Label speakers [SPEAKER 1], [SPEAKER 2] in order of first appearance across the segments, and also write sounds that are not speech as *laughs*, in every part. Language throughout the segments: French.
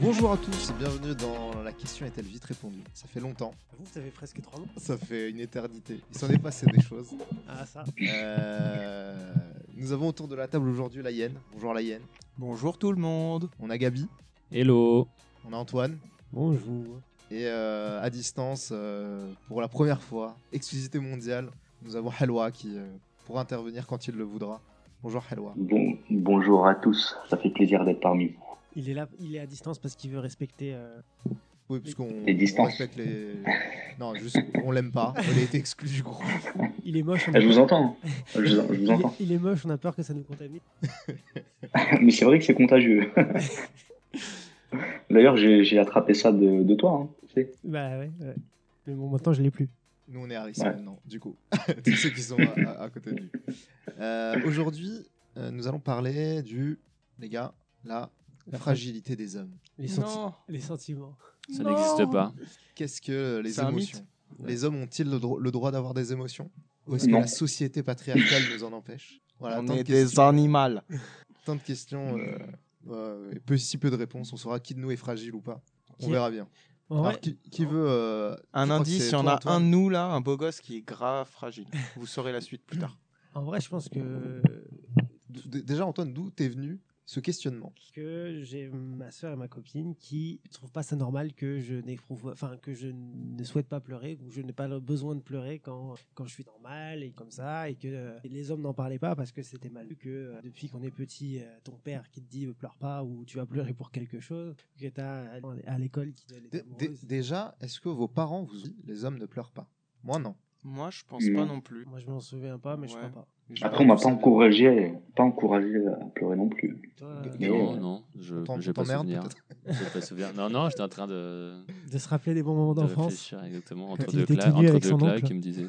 [SPEAKER 1] Bonjour à tous et bienvenue dans La question est-elle vite répondue Ça fait longtemps,
[SPEAKER 2] Vous, vous avez presque trois mois.
[SPEAKER 1] ça fait une éternité. Il s'en est passé des choses.
[SPEAKER 2] Ah, ça.
[SPEAKER 1] Euh, nous avons autour de la table aujourd'hui la hyène. Bonjour la hyène.
[SPEAKER 3] Bonjour tout le monde.
[SPEAKER 1] On a Gabi,
[SPEAKER 3] Hello.
[SPEAKER 1] on a Antoine
[SPEAKER 2] Bonjour.
[SPEAKER 1] et euh, à distance, euh, pour la première fois, exclusivité mondiale, nous avons Halwa qui euh, pourra intervenir quand il le voudra. Bonjour Halwa.
[SPEAKER 4] Bon, bonjour à tous, ça fait plaisir d'être parmi vous.
[SPEAKER 2] Il est là, il est à distance parce qu'il veut respecter. euh,
[SPEAKER 1] Oui, puisqu'on
[SPEAKER 4] Les
[SPEAKER 1] on
[SPEAKER 4] distances.
[SPEAKER 1] respecte les. Non, juste, on l'aime pas. Elle a été exclue du groupe.
[SPEAKER 2] Il est moche. on a
[SPEAKER 4] Ah, Je vous
[SPEAKER 2] peur-
[SPEAKER 4] entends, je vous, je
[SPEAKER 2] Il *laughs*
[SPEAKER 4] vous
[SPEAKER 2] est-
[SPEAKER 4] entends.
[SPEAKER 2] Il, est moche, on a peur que ça nous contamine.
[SPEAKER 4] Mais c'est vrai que c'est contagieux. D'ailleurs, j'ai j'ai attrapé ça de, de toi. hein, tu sais.
[SPEAKER 2] Bah ouais. ouais. Mais bon, maintenant je l'ai plus.
[SPEAKER 1] Nous, on est à Harris
[SPEAKER 4] Ouais.
[SPEAKER 1] maintenant, du coup. *laughs* Tous ceux qui sont à, à- à côté de lui. Euh, Aujourd'hui, euh, nous allons parler du, les gars, la fragilité des hommes.
[SPEAKER 2] Les, senti- les sentiments.
[SPEAKER 3] ça
[SPEAKER 5] Non.
[SPEAKER 3] n'existe pas.
[SPEAKER 1] Qu'est-ce que les
[SPEAKER 3] C'est un
[SPEAKER 1] émotions
[SPEAKER 3] mythe.
[SPEAKER 1] Les hommes ont-ils le, dro- le droit d'avoir des émotions Ou est-ce que
[SPEAKER 4] Non.
[SPEAKER 1] la société patriarcale nous en empêche Voilà,
[SPEAKER 3] On
[SPEAKER 1] tant de,
[SPEAKER 3] est des Mm.
[SPEAKER 1] questions,
[SPEAKER 3] animaux.
[SPEAKER 1] tant de questions, euh, euh, et peu, si peu de réponses. On saura qui de nous est fragile ou pas. On
[SPEAKER 2] Qui-
[SPEAKER 1] verra bien.
[SPEAKER 2] En
[SPEAKER 1] Alors,
[SPEAKER 2] vrai,
[SPEAKER 1] qui, qui veut euh, je
[SPEAKER 3] Un
[SPEAKER 1] crois que
[SPEAKER 3] indice,
[SPEAKER 1] c'est
[SPEAKER 3] il y en
[SPEAKER 1] toi,
[SPEAKER 3] a un
[SPEAKER 1] Antoine.
[SPEAKER 3] de nous là, un beau gosse qui est grave fragile. Vous saurez la suite plus tard.
[SPEAKER 2] en vrai, je pense que
[SPEAKER 1] D- Déjà, Antoine, d'où t'es venu ce questionnement
[SPEAKER 2] que j'ai ma soeur et ma copine qui trouvent pas ça normal que je n'éprouve, enfin que je ne souhaite pas pleurer, ou je n'ai pas le besoin de pleurer quand quand je suis normal et comme ça, et que euh, les hommes n'en parlaient pas parce que c'était mal vu que euh, depuis qu'on est petit, euh, ton père qui te dit euh, pleure pas ou tu vas pleurer pour quelque chose, que t'as à- à l'école qui doit
[SPEAKER 1] Dé- dé- Déjà, est-ce que vos parents vous disent les hommes ne pleurent pas Moi, non.
[SPEAKER 3] *laughs* Moi, je pense
[SPEAKER 4] Non.
[SPEAKER 3] pas non plus.
[SPEAKER 2] Moi je m'en souviens pas, mais je
[SPEAKER 3] Ouais.
[SPEAKER 2] crois pas.
[SPEAKER 3] Je
[SPEAKER 4] Après, on m'a
[SPEAKER 3] pense
[SPEAKER 4] pas
[SPEAKER 3] que-
[SPEAKER 4] encouragé, pas encouragé à pleurer non plus.
[SPEAKER 2] Toi, euh,
[SPEAKER 4] Mais euh,
[SPEAKER 5] Non, non, je
[SPEAKER 1] T'en-
[SPEAKER 5] j'ai pas
[SPEAKER 1] t'emmerdes,
[SPEAKER 5] souvenir.
[SPEAKER 1] peut-être
[SPEAKER 5] J'ai pas souvenir. Non, non, j'étais en train de,
[SPEAKER 2] euh, de se rappeler des bons moments
[SPEAKER 5] de
[SPEAKER 2] d'enfance.
[SPEAKER 5] réfléchir exactement
[SPEAKER 2] Quand
[SPEAKER 5] entre
[SPEAKER 2] il
[SPEAKER 5] deux
[SPEAKER 2] était tout
[SPEAKER 5] claques,
[SPEAKER 2] nu
[SPEAKER 5] entre
[SPEAKER 2] avec
[SPEAKER 5] deux
[SPEAKER 2] son
[SPEAKER 5] claques
[SPEAKER 2] oncle.
[SPEAKER 5] qui me disaient.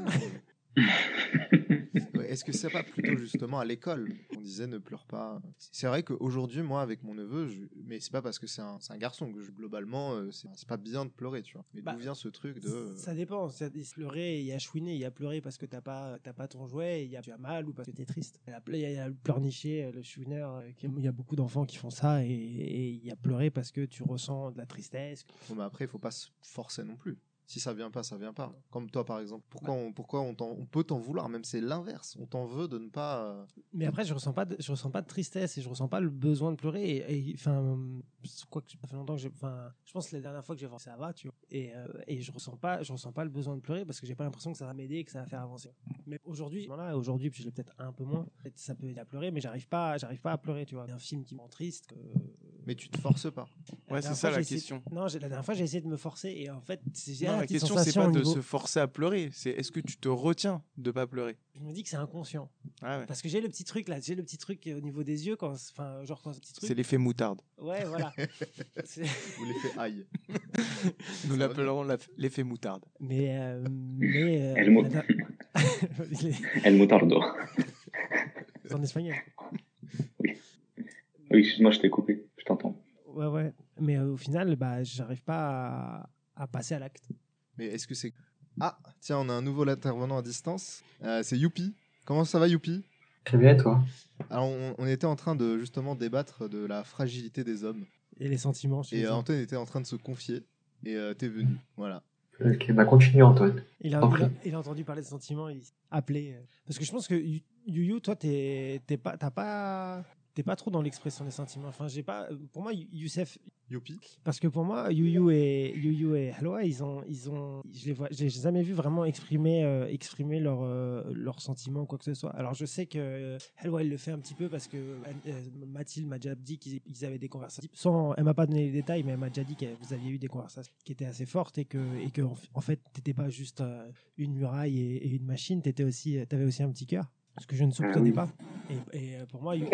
[SPEAKER 1] Ouais, Est-ce que c'est pas plutôt justement à l'école qu'on disait ne pleure pas C'est vrai qu'aujourd'hui, moi, avec mon neveu, je... mais c'est pas parce que c'est un, c'est un garçon que je- globalement, euh, c'est c'est pas bien de pleurer, tu vois. Mais
[SPEAKER 2] Bah,
[SPEAKER 1] d'où vient ce truc de. euh.
[SPEAKER 2] Ça dépend. ça- Il y a pleurer, il y a chouiner, il y a pleurer parce que t'as pas, t'as pas ton jouet, il y a tu as mal ou parce que t'es triste. Il y a ple- il y a, il y a le pleurnicher, euh, le chouineur. euh, qui- Il y a beaucoup d'enfants qui font ça et, et il y a pleurer parce que tu ressens de la tristesse.
[SPEAKER 1] Bon, oh, mais après, il faut pas se forcer non plus. Si ça vient pas, ça vient pas. Comme toi, par exemple. Pourquoi on, pourquoi on, t'en- on peut t'en vouloir Même c'est l'inverse. On t'en veut de ne pas. euh,
[SPEAKER 2] Mais après, je ressens pas, de, je ressens pas de tristesse et je ressens pas le besoin de pleurer. Et- et- Enfin, quoi que ça fait longtemps que j'ai, enfin, je pense que la dernière fois que j'ai vraiment ça va, tu vois. Et, euh, et je ressens pas, je ressens pas le besoin de pleurer parce que j'ai pas l'impression que ça va m'aider, que ça va faire avancer. Mais aujourd'hui, voilà, aujourd'hui, puis je l'ai peut-être un peu moins. peut-être Ça peut aider à pleurer, mais j'arrive pas, j'arrive pas à pleurer, tu vois. Il y a un film qui me rend triste. que-
[SPEAKER 1] Mais tu te forces pas.
[SPEAKER 3] Ouais,
[SPEAKER 2] dernière
[SPEAKER 3] c'est
[SPEAKER 2] fois,
[SPEAKER 3] ça la
[SPEAKER 2] j'ai essayé-
[SPEAKER 3] question.
[SPEAKER 2] Non, j'ai- la dernière fois, j'ai essayé de me forcer et en fait, c'est j'ai
[SPEAKER 3] Non,
[SPEAKER 2] la
[SPEAKER 3] la
[SPEAKER 2] petite
[SPEAKER 3] question, c'est pas
[SPEAKER 2] sensation au
[SPEAKER 3] de
[SPEAKER 2] niveau-
[SPEAKER 3] se forcer à pleurer. C'est est-ce que tu te retiens de pas pleurer
[SPEAKER 2] Je me dis que c'est inconscient
[SPEAKER 3] Ah ouais.
[SPEAKER 2] parce que j'ai le petit truc là, j'ai le petit truc au niveau des yeux quand, enfin, genre quand ce petit truc.
[SPEAKER 3] C'est l'effet moutarde.
[SPEAKER 2] Ouais, voilà. C'est-
[SPEAKER 1] Ou l'effet aïe.
[SPEAKER 3] Nous
[SPEAKER 1] Ça va
[SPEAKER 3] l'appellerons la- l'effet moutarde.
[SPEAKER 2] Mais, euh, mais euh,
[SPEAKER 4] Elle monte.
[SPEAKER 2] la- *laughs*
[SPEAKER 4] *laughs*
[SPEAKER 2] Il est-
[SPEAKER 4] El Motardo.
[SPEAKER 2] c'est en espagnol.
[SPEAKER 4] Oui, excuse-moi, je t'ai coupé, je t'entends.
[SPEAKER 2] Ouais, ouais. Mais euh, au final, bah, j'arrive pas à, à passer à l'acte.
[SPEAKER 1] Mais est-ce que c'est. Ah, tiens, on a un nouveau intervenant à distance. Euh, c'est Youpi. Comment ça va, Youpi
[SPEAKER 6] Très bien, et toi
[SPEAKER 1] Alors, on, on était en train de justement débattre de la fragilité des hommes.
[SPEAKER 2] Et les sentiments. chez
[SPEAKER 1] Et
[SPEAKER 2] les
[SPEAKER 1] euh,
[SPEAKER 2] hommes.
[SPEAKER 1] Antoine était en train de se confier. Et euh, t'es venu. Voilà.
[SPEAKER 6] Ok, bah continue Antoine.
[SPEAKER 2] il, a,
[SPEAKER 6] en
[SPEAKER 2] il, a,
[SPEAKER 6] prie.
[SPEAKER 2] il a entendu parler de sentiments, il s'est appelé. euh. Parce que je pense que Yu- Yu-Yu, toi, t'es t'es pas, t'as pas, t'es pas trop dans l'expression des sentiments. Enfin, j'ai pas. Pour moi, Yu- Youssef,
[SPEAKER 1] Youpi.
[SPEAKER 2] Parce que pour moi, Yu-Yu et, Yu-Yu et Halwa, ils ont, ils ont, je les vois, je les ai jamais vu vraiment exprimer, euh, exprimer leurs euh, leurs sentiments ou quoi que ce soit. Alors je sais que euh, Halwa, il le fait un petit peu parce que euh, Mathilde m'a déjà dit qu'ils ils avaient des conversations. Sans, elle m'a pas donné les détails, mais elle m'a déjà dit que vous aviez eu des conversations qui étaient assez fortes et que, et que en, f- en fait, t'étais pas juste euh, une muraille et, et une machine, t'étais aussi, t'avais aussi un petit cœur. Ce que je ne soupçonnais
[SPEAKER 4] oui.
[SPEAKER 2] pas. Et, et, euh, pour moi, Yu-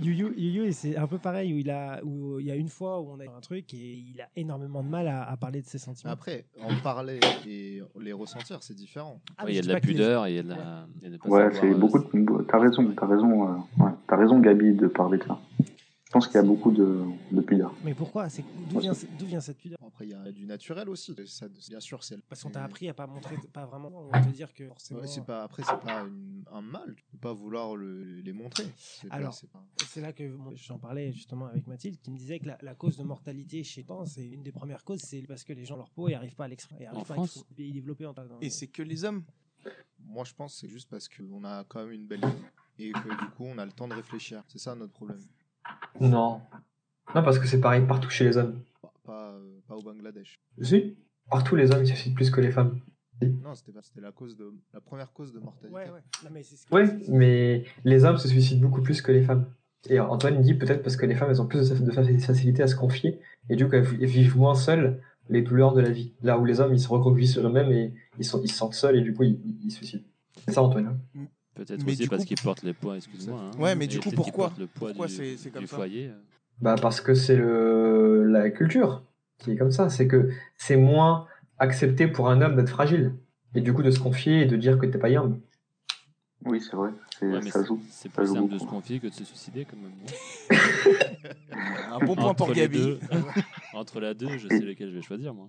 [SPEAKER 2] Yu-Yu, Yu-Yu, et c'est un peu pareil où il a, où il y a une fois où on a un truc et il a énormément de mal à, à parler de ses sentiments.
[SPEAKER 1] Après, en parler et les ressentir, c'est différent.
[SPEAKER 2] Ah,
[SPEAKER 5] Ouais,
[SPEAKER 2] mais
[SPEAKER 5] Il y a
[SPEAKER 2] je dis
[SPEAKER 5] de
[SPEAKER 2] pas
[SPEAKER 5] la
[SPEAKER 2] qu'il est-
[SPEAKER 5] pudeur, il y a de la. il y a de pas
[SPEAKER 4] Ouais,
[SPEAKER 5] savoir,
[SPEAKER 4] c'est
[SPEAKER 5] euh,
[SPEAKER 4] beaucoup. De... T'as raison, t'as raison, euh, ouais, t'as raison, Gabi, de parler de ça. pense qu'il y a beaucoup de, de pudeur.
[SPEAKER 2] Mais pourquoi C'est d'où vient, d'où vient cette pudeur
[SPEAKER 1] Bon, Après, il y a du naturel aussi. Ça, bien sûr, c'est.
[SPEAKER 2] Parce qu'on
[SPEAKER 5] Euh,
[SPEAKER 2] t'a appris à pas montrer, pas vraiment, on va te dire que forcément.
[SPEAKER 1] Ouais, c'est pas, après, c'est pas une- un mal. Tu peux pas vouloir le- les montrer. C'est pas-
[SPEAKER 2] Alors,
[SPEAKER 1] c'est pas,
[SPEAKER 2] Et euh, C'est là que mon- j'en parlais justement avec Mathilde, qui me disait que la, la cause de mortalité chez les gens, c'est une des premières causes, c'est parce que les gens leur peau ils arrivent pas à l'exprimer, ils arrivent
[SPEAKER 5] En
[SPEAKER 2] pas
[SPEAKER 5] France
[SPEAKER 2] à exprimer- pays développés en dans-
[SPEAKER 3] Et c'est que les hommes.
[SPEAKER 1] Moi, je pense que c'est juste parce qu'on a quand même une belle vie et que du coup, on a le temps de réfléchir. C'est ça notre problème.
[SPEAKER 6] Non. Non, parce que c'est pareil partout chez les hommes.
[SPEAKER 1] Pas, pas, euh, pas au Bangladesh.
[SPEAKER 6] Si Partout les hommes, ils s'affichent plus que les femmes.
[SPEAKER 1] Non, c'était pas- c'était la, cause de, la première cause de mortalité.
[SPEAKER 2] Ouais, ouais. Non, mais c'est ce que-
[SPEAKER 6] Ouais, mais les hommes se suicident beaucoup plus que les femmes. Et Antoine dit peut-être parce que les femmes, elles ont plus de fa- de facilité à se confier, et du coup, elles vi- vivent moins seules les douleurs de la vie. Là où les hommes, ils se recroquevillent sur eux-mêmes et ils, sont, ils se sentent seuls, et du coup, ils, ils- ils se suicident. C'est ça, Antoine. hein.
[SPEAKER 5] Peut-être
[SPEAKER 3] Mais
[SPEAKER 5] aussi
[SPEAKER 3] du
[SPEAKER 5] parce
[SPEAKER 3] coup-
[SPEAKER 5] qu'ils portent les poids, excuse-moi. hein.
[SPEAKER 3] Ouais, mais du
[SPEAKER 5] Et
[SPEAKER 3] coup,
[SPEAKER 5] peut-être qu'ils
[SPEAKER 3] pourquoi
[SPEAKER 5] portent le poids
[SPEAKER 3] Pourquoi
[SPEAKER 5] du,
[SPEAKER 3] c'est- c'est comme
[SPEAKER 5] du
[SPEAKER 3] ça
[SPEAKER 5] foyer. euh.
[SPEAKER 6] Bah parce que c'est le la culture qui est comme ça, c'est que c'est moins accepté pour un homme d'être fragile et du coup de se confier et de dire que t'es pas homme.
[SPEAKER 4] Oui, c'est vrai. C'est-
[SPEAKER 5] Ouais, mais
[SPEAKER 4] ça
[SPEAKER 5] c'est
[SPEAKER 4] joue.
[SPEAKER 5] c'est
[SPEAKER 4] Ça
[SPEAKER 5] plus
[SPEAKER 4] joue
[SPEAKER 5] simple de se
[SPEAKER 4] beaucoup.
[SPEAKER 5] confier que de se suicider, quand même.
[SPEAKER 3] Un bon point
[SPEAKER 5] Entre
[SPEAKER 3] pour
[SPEAKER 5] les
[SPEAKER 3] Gabi.
[SPEAKER 5] deux- Entre la deux, je sais lequel je vais choisir, moi.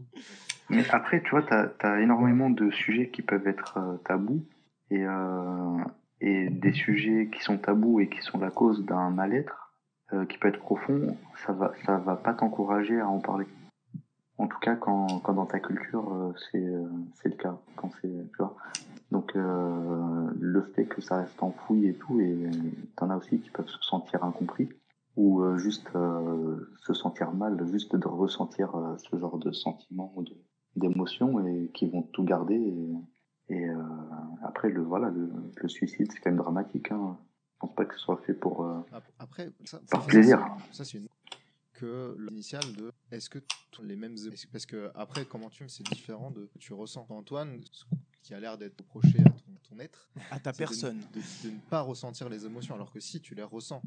[SPEAKER 4] Mais après, tu vois, t'as as énormément de sujets qui peuvent être euh, tabous et, euh, et des sujets qui sont tabous et qui sont la cause d'un mal-être euh, qui peut être profond, ça va, ça va pas t'encourager à en parler. En tout cas, quand, quand dans ta culture, euh, c'est euh, c'est le cas. Quand c'est, tu vois. Donc, euh, le fait que ça reste enfoui et tout, et t'en as aussi qui peuvent se sentir incompris ou euh, juste euh, se sentir mal, juste de ressentir euh, ce genre de sentiment ou de, d'émotions et qui vont tout garder. Et, et, euh, après, le, voilà, le, le suicide, c'est quand même dramatique. Hein. Je pense pas que ce soit fait pour. euh,
[SPEAKER 1] Ap- Après, ça,
[SPEAKER 4] Par
[SPEAKER 1] ça,
[SPEAKER 4] plaisir.
[SPEAKER 1] c'est- Ça, c'est une. Que l'initiale de est-ce que tu les mêmes. est-ce- Parce que, après, comment tu c'est différent de. Tu ressens. Antoine, ce qui a l'air d'être reproché à ton, ton être,
[SPEAKER 3] À
[SPEAKER 1] c'est
[SPEAKER 3] ta
[SPEAKER 1] de-
[SPEAKER 3] personne.
[SPEAKER 1] De, de ne pas ressentir les émotions, alors que si, tu les ressens.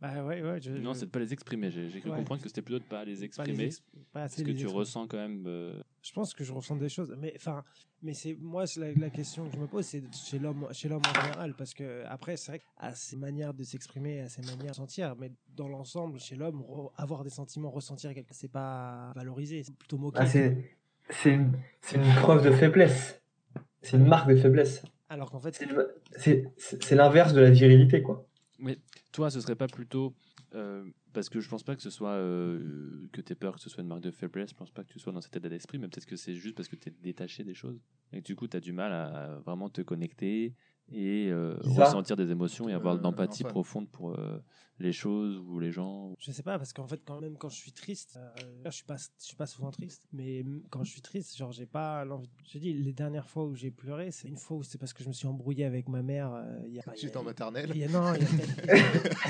[SPEAKER 2] Bah ouais, ouais, je-
[SPEAKER 5] Non,
[SPEAKER 2] je-
[SPEAKER 5] c'est de pas les exprimer. J'ai j'ai cru
[SPEAKER 2] Ouais.
[SPEAKER 5] comprendre que c'était plutôt de pas les
[SPEAKER 2] pas les
[SPEAKER 5] exprimer.
[SPEAKER 2] ex- pas assez
[SPEAKER 5] Parce que
[SPEAKER 2] les
[SPEAKER 5] tu
[SPEAKER 2] exprimer.
[SPEAKER 5] ressens quand même. euh,
[SPEAKER 2] Je pense que je ressens des choses, mais enfin, mais c'est moi c'est la, la question que je me pose, c'est chez l'homme, chez l'homme en général, parce que après c'est vrai qu'à ses manières de s'exprimer, à ses manières de sentir, mais dans l'ensemble chez l'homme, re- avoir des sentiments, ressentir quelque chose, c'est pas valorisé, c'est plutôt moqué.
[SPEAKER 6] Ah, c'est c'est une, c'est une preuve de faiblesse. C'est une marque de faiblesse.
[SPEAKER 2] Alors qu'en fait,
[SPEAKER 6] C'est une- C'est c'est- c'est l'inverse de la virilité quoi.
[SPEAKER 5] Toi, ce serait pas plutôt. euh, parce que je pense pas que ce soit. euh, que t'aies peur que ce soit une marque de faiblesse. Je pense pas que tu sois dans cet état d'esprit. Mais peut-être que c'est juste parce que t'es détaché des choses. Et que du coup, t'as du mal à vraiment te connecter et euh,
[SPEAKER 6] C'est ça.
[SPEAKER 5] ressentir des émotions et avoir
[SPEAKER 1] Euh,
[SPEAKER 5] de l'empathie
[SPEAKER 1] Antoine.
[SPEAKER 5] profonde pour euh, les choses ou les gens.
[SPEAKER 2] Je sais pas parce qu'en fait quand même quand je suis triste, euh, je suis pas je suis pas souvent triste, mais m- quand je suis triste, genre j'ai pas l'envie. Je te dis les dernières fois où j'ai pleuré, c'est une fois où c'est parce que je me suis embrouillé avec ma mère. euh, il y a, il y
[SPEAKER 1] J'étais
[SPEAKER 2] a-
[SPEAKER 1] en
[SPEAKER 2] *laughs*
[SPEAKER 1] maternelle.
[SPEAKER 2] il y a- non, il y a
[SPEAKER 1] *laughs*
[SPEAKER 2] peut-être-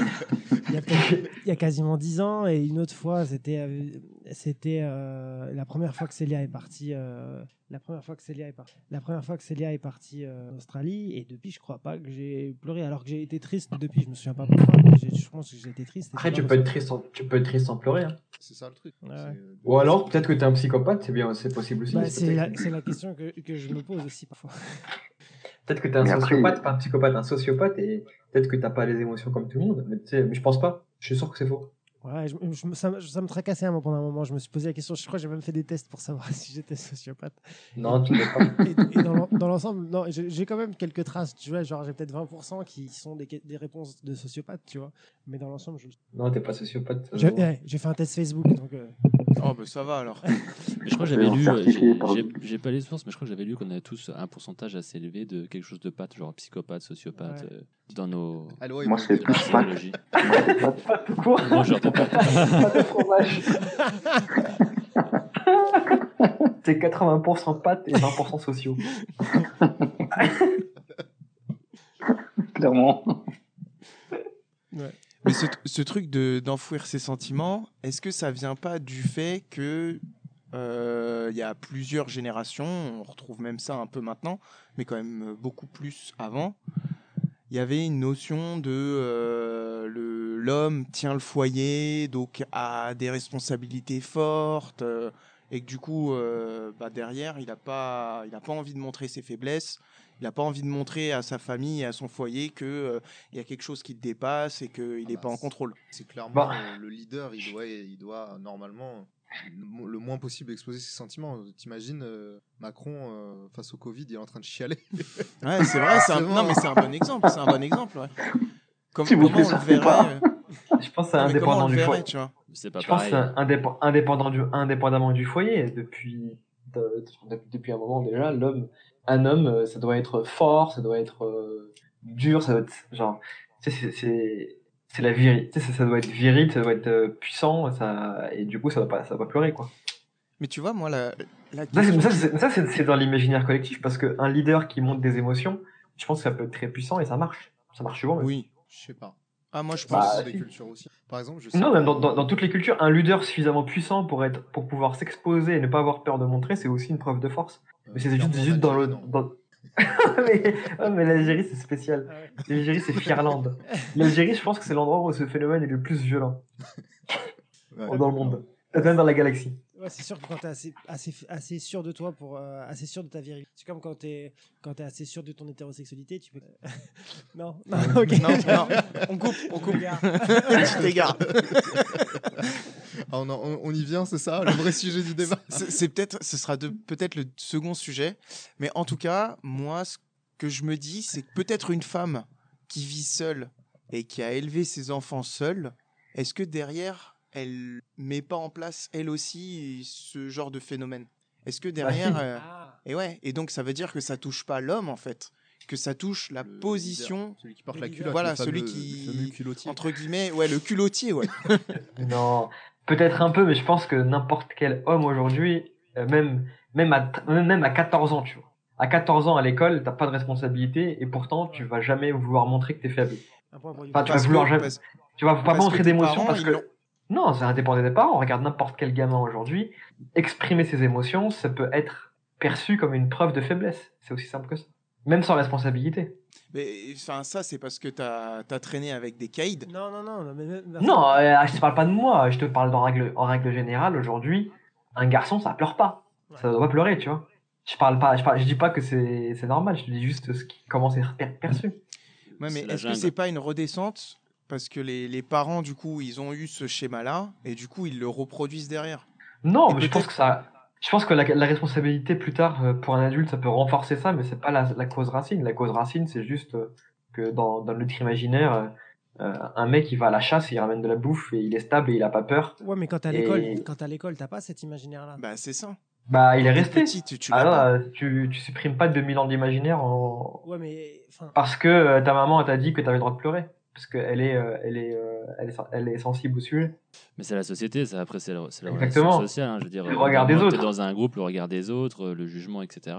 [SPEAKER 2] il y a
[SPEAKER 6] *laughs*
[SPEAKER 2] peut-être- il y a quasiment dix ans et une autre fois c'était euh, c'était euh, la première fois que Célia est partie euh, la première fois que Célia est partie la première fois que Célia est partie euh, en Australie et depuis je crois pas que j'ai pleuré alors que j'ai été triste depuis je me souviens pas pourquoi mais j'ai- je pense que j'ai été triste et
[SPEAKER 6] Après
[SPEAKER 2] j'ai
[SPEAKER 6] tu
[SPEAKER 2] pas
[SPEAKER 6] peux être
[SPEAKER 2] ressenti-
[SPEAKER 6] triste en, tu peux être triste sans pleurer. hein.
[SPEAKER 1] C'est ça le truc.
[SPEAKER 2] Ouais.
[SPEAKER 1] C'est- euh,
[SPEAKER 6] Ou alors peut-être que t'es un psychopathe, c'est bien, c'est possible aussi.
[SPEAKER 2] Bah,
[SPEAKER 6] c'est
[SPEAKER 2] c'est
[SPEAKER 6] peut-être-
[SPEAKER 2] la, c'est la question que, que je me pose aussi parfois.
[SPEAKER 6] Peut-être que t'es un
[SPEAKER 4] Mais après-
[SPEAKER 6] sociopathe, pas un psychopathe, un sociopathe et peut-être que t'as pas les émotions comme tout le monde. Mais, tu sais, mais je pense pas. Je suis sûr que c'est faux.
[SPEAKER 2] Ouais, je- je me- ça, me- ça me tracassait un moment pendant un moment. Je me suis posé la question. Je crois que j'ai même fait des tests pour savoir *laughs* si j'étais sociopathe.
[SPEAKER 6] Non, tu l'es pas. *laughs*
[SPEAKER 2] Et, et dans l'en- dans l'ensemble, non, j'ai j'ai quand même quelques traces. Tu vois, genre j'ai peut-être 20% qui sont des, que- des réponses de sociopathe, tu vois. Mais dans l'ensemble, je-
[SPEAKER 6] Non, t'es pas sociopathe. ça se
[SPEAKER 2] je-
[SPEAKER 6] voit.
[SPEAKER 2] ouais, j'ai fait un test Facebook. Donc, euh,
[SPEAKER 3] Oh, bah ça va alors.
[SPEAKER 5] Mais je crois que
[SPEAKER 4] Mais
[SPEAKER 5] j'avais
[SPEAKER 4] en
[SPEAKER 5] lu. euh,
[SPEAKER 4] certifié
[SPEAKER 5] j'ai-
[SPEAKER 4] par-
[SPEAKER 5] j'ai- J'ai pas les sources, mais je crois que j'avais lu qu'on a tous un pourcentage assez élevé de quelque chose de pâte, genre psychopathe, sociopathe,
[SPEAKER 2] Ouais.
[SPEAKER 5] euh, dans nos.
[SPEAKER 1] Allô, et
[SPEAKER 4] Moi,
[SPEAKER 1] bon-
[SPEAKER 4] c'est plus pâte.
[SPEAKER 5] psychologies.
[SPEAKER 6] Quoi
[SPEAKER 5] Mangeur de pâte.
[SPEAKER 6] *laughs* Pas de fromage. *laughs* C'est 80% pâtes et 20% sociaux.
[SPEAKER 4] Clairement.
[SPEAKER 3] Mais ce, ce truc de- d'enfouir ses sentiments, est-ce que ça vient pas du fait que euh, il y a plusieurs générations, on retrouve même ça un peu maintenant, mais quand même beaucoup plus avant, il y avait une notion de euh, le- l'homme tient le foyer, donc a des responsabilités fortes, euh, et que du coup, euh, bah, derrière, il n'a pas, il a pas envie de montrer ses faiblesses, il n'a pas envie de montrer à sa famille et à son foyer que euh, il y a quelque chose qui le dépasse et qu'il
[SPEAKER 1] Ah
[SPEAKER 3] n'est
[SPEAKER 1] bah,
[SPEAKER 3] pas en
[SPEAKER 1] c'est-
[SPEAKER 3] contrôle.
[SPEAKER 1] C'est clairement
[SPEAKER 4] Bon.
[SPEAKER 1] euh, le leader, il doit, il doit normalement le mo- le moins possible exposer ses sentiments. T'imagines euh, Macron euh, face au Covid, il est en train de chialer.
[SPEAKER 3] Ouais, c'est vrai, c'est un,
[SPEAKER 1] Forcément.
[SPEAKER 3] non, mais c'est un bon exemple, c'est un bon exemple. ouais. Comme,
[SPEAKER 4] S'il vous
[SPEAKER 3] comment
[SPEAKER 4] plaît,
[SPEAKER 3] on le
[SPEAKER 4] sortez pas.
[SPEAKER 3] verrait, euh,
[SPEAKER 6] Je pense que c'est
[SPEAKER 3] non, mais comment on
[SPEAKER 6] indépendant
[SPEAKER 3] le
[SPEAKER 6] du
[SPEAKER 3] verrait,
[SPEAKER 6] foyer.
[SPEAKER 3] tu vois.
[SPEAKER 5] C'est pas
[SPEAKER 6] Je pense que
[SPEAKER 5] pareil.
[SPEAKER 6] c'est indép- indépendant du, indépendamment du foyer. Depuis, de- de- depuis un moment déjà, l'homme, un homme, euh, ça doit être fort, ça doit être euh, dur, ça doit être genre, tu sais, c'est- c'est c'est la vérité, ça, ça doit être viril, ça doit être euh, puissant, ça, et du coup, ça va pas, ça va pas pleurer quoi.
[SPEAKER 3] Mais tu vois, moi, la, la
[SPEAKER 6] Ça, c'est-
[SPEAKER 3] question-
[SPEAKER 6] ça, c'est- ça, c'est c'est dans l'imaginaire collectif parce qu'un leader qui monte des émotions, je pense que ça peut être très puissant et ça marche. Ça marche souvent. même.
[SPEAKER 3] Oui.
[SPEAKER 1] Je sais pas.
[SPEAKER 3] Ah, moi, je
[SPEAKER 1] Ça,
[SPEAKER 3] pense.
[SPEAKER 1] c'est
[SPEAKER 6] Bah,
[SPEAKER 1] des
[SPEAKER 6] si.
[SPEAKER 1] cultures aussi. Par exemple, je sais.
[SPEAKER 6] Non, même dans, dans- dans toutes les cultures, un leader suffisamment puissant pour, être, pour pouvoir s'exposer et ne pas avoir peur de montrer, c'est aussi une preuve de force.
[SPEAKER 1] euh,
[SPEAKER 6] Mais c'est juste,
[SPEAKER 1] clairement, en
[SPEAKER 6] juste dans le.
[SPEAKER 1] Algérie, non.
[SPEAKER 6] Dans... *laughs* mais ouais, mais l'Algérie, c'est spécial. L'Algérie, c'est Firlande. L'Algérie, je pense que c'est l'endroit où ce phénomène est le plus violent
[SPEAKER 1] *laughs* Ouais.
[SPEAKER 6] dans le monde. Même dans la galaxie.
[SPEAKER 2] Ouais, c'est sûr que quand t'es assez, assez, assez sûr de toi, pour, euh, assez sûr de ta vérité. C'est comme quand t'es, quand t'es assez sûr de ton hétérosexualité, tu peux. *laughs* non, non, ok.
[SPEAKER 6] Bah.
[SPEAKER 3] Non,
[SPEAKER 2] *laughs*
[SPEAKER 3] non, on coupe, on coupe. tu t'égares.
[SPEAKER 1] Ah, on, en- on- on y vient, c'est ça, le
[SPEAKER 3] *laughs*
[SPEAKER 1] vrai sujet du débat.
[SPEAKER 3] C'est c'est peut-être, ce sera de- peut-être le second sujet. Mais en tout cas, moi, ce que je me dis, c'est que peut-être une femme qui vit seule et qui a élevé ses enfants seule, est-ce que derrière, elle met pas en place, elle aussi, ce genre de phénomène Est-ce que derrière...
[SPEAKER 6] *laughs* si.
[SPEAKER 3] euh, Et ouais, et donc ça veut dire que ça touche pas l'homme, en fait. Que ça touche la
[SPEAKER 1] Le
[SPEAKER 3] position,
[SPEAKER 1] leader, celui qui porte
[SPEAKER 2] le
[SPEAKER 1] la
[SPEAKER 2] leader.
[SPEAKER 1] culotte.
[SPEAKER 3] Voilà,
[SPEAKER 1] le fameux-
[SPEAKER 3] celui qui-
[SPEAKER 1] le fameux culottier.
[SPEAKER 3] entre guillemets, ouais, le culottier,
[SPEAKER 6] *laughs*
[SPEAKER 3] ouais.
[SPEAKER 6] Non, peut-être un peu, mais je pense que n'importe quel homme aujourd'hui, euh, même, même, à, même à 14 ans, tu vois. À 14 ans à l'école, t'as pas de responsabilité et pourtant tu vas jamais vouloir montrer que t'es faible.
[SPEAKER 2] Un point pour Yuval.
[SPEAKER 6] Enfin, tu vas
[SPEAKER 3] Parce que-
[SPEAKER 6] vouloir jamais.
[SPEAKER 3] parce-
[SPEAKER 6] Tu vas pas
[SPEAKER 3] parce que
[SPEAKER 6] montrer
[SPEAKER 3] tes
[SPEAKER 6] d'émotion
[SPEAKER 3] parents,
[SPEAKER 6] parce
[SPEAKER 3] ils
[SPEAKER 6] que.
[SPEAKER 3] l'ont-
[SPEAKER 6] Non, c'est indépendant des parents. On regarde n'importe quel gamin aujourd'hui. Exprimer ses émotions, ça peut être perçu comme une preuve de faiblesse. C'est aussi simple que ça. Même sans responsabilité.
[SPEAKER 3] Mais enfin, ça, c'est parce que t'as as traîné avec des caïds.
[SPEAKER 2] Non, non, non, non, mais, mais- mais-
[SPEAKER 6] Non, euh, je te parle pas de moi. Je te parle en règle, en règle générale. Aujourd'hui, un garçon, ça pleure pas. Ça doit pas pleurer, tu vois. Je parle pas, je, parle- je dis pas que c'est c'est normal. Je te dis juste ce qui, comment c'est per- perçu.
[SPEAKER 3] Ouais, mais
[SPEAKER 5] C'est la
[SPEAKER 3] est-ce que
[SPEAKER 5] jungle.
[SPEAKER 3] c'est pas une redescente Parce que les, les parents, du coup, ils ont eu ce schéma-là, et du coup, ils le reproduisent derrière.
[SPEAKER 6] Non,
[SPEAKER 3] Et
[SPEAKER 6] mais je pense
[SPEAKER 3] peut-être-
[SPEAKER 6] que ça. Je pense que la, la responsabilité plus tard euh, pour un adulte, ça peut renforcer ça, mais c'est pas la, la cause racine. La cause racine, c'est juste euh, que dans, dans notre imaginaire, euh, euh, un mec il va à la chasse, il ramène de la bouffe et il est stable et il a pas peur.
[SPEAKER 2] Ouais, mais quand t'es à
[SPEAKER 6] euh, Et-
[SPEAKER 2] l'école, quand t'es à l'école, t'as pas cet imaginaire-là.
[SPEAKER 3] Bah, c'est ça.
[SPEAKER 6] Bah, il est
[SPEAKER 3] T'es
[SPEAKER 6] resté.
[SPEAKER 3] petit, tu, tu l'as
[SPEAKER 6] Alors,
[SPEAKER 3] pas.
[SPEAKER 6] euh, tu, tu supprimes pas 2000 ans d'imaginaire en...
[SPEAKER 2] Ouais, mais enfin,
[SPEAKER 6] parce que euh, ta maman elle t'a dit que t'avais le droit de pleurer, parce qu'elle est, euh, elle est, euh, elle est, elle est sensible au sujet.
[SPEAKER 5] Mais c'est la société, ça après c'est la, c'est la
[SPEAKER 6] Exactement.
[SPEAKER 5] relation sociale. hein, je veux dire,
[SPEAKER 6] Le regard des
[SPEAKER 5] Tu
[SPEAKER 6] autres.
[SPEAKER 5] dans un groupe, le regard des autres, euh, le jugement, etc.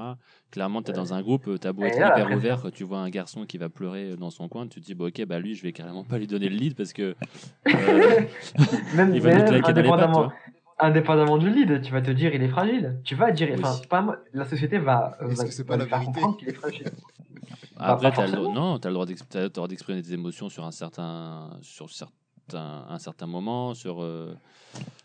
[SPEAKER 5] Clairement, tu es dans un groupe, euh, t'as beau
[SPEAKER 6] Et
[SPEAKER 5] être
[SPEAKER 6] là,
[SPEAKER 5] hyper
[SPEAKER 6] après-
[SPEAKER 5] ouvert, quand tu vois un garçon qui va pleurer dans son coin, tu te dis, bon, ok, bah lui, je vais carrément pas lui donner le lead parce que. euh,
[SPEAKER 6] Même,
[SPEAKER 5] il va nous
[SPEAKER 6] même
[SPEAKER 5] claquer dans les pattes,
[SPEAKER 6] indépendamment,
[SPEAKER 5] toi.
[SPEAKER 6] indépendamment du lead, tu vas te dire il est fragile. Tu vas dire, enfin,
[SPEAKER 5] Oui.
[SPEAKER 6] c'est pas moi- la société va, euh,
[SPEAKER 1] Est-ce
[SPEAKER 6] va,
[SPEAKER 1] que c'est
[SPEAKER 6] va
[SPEAKER 1] pas la
[SPEAKER 6] lui faire
[SPEAKER 1] vérité
[SPEAKER 6] comprendre qu'il est fragile.
[SPEAKER 5] Après,
[SPEAKER 6] Bah, pas
[SPEAKER 5] t'as le,
[SPEAKER 6] forcément.
[SPEAKER 5] non, t'as le droit d'ex- t'as le droit d'exprimer des émotions sur un certain, sur certain, un certain moment, sur euh,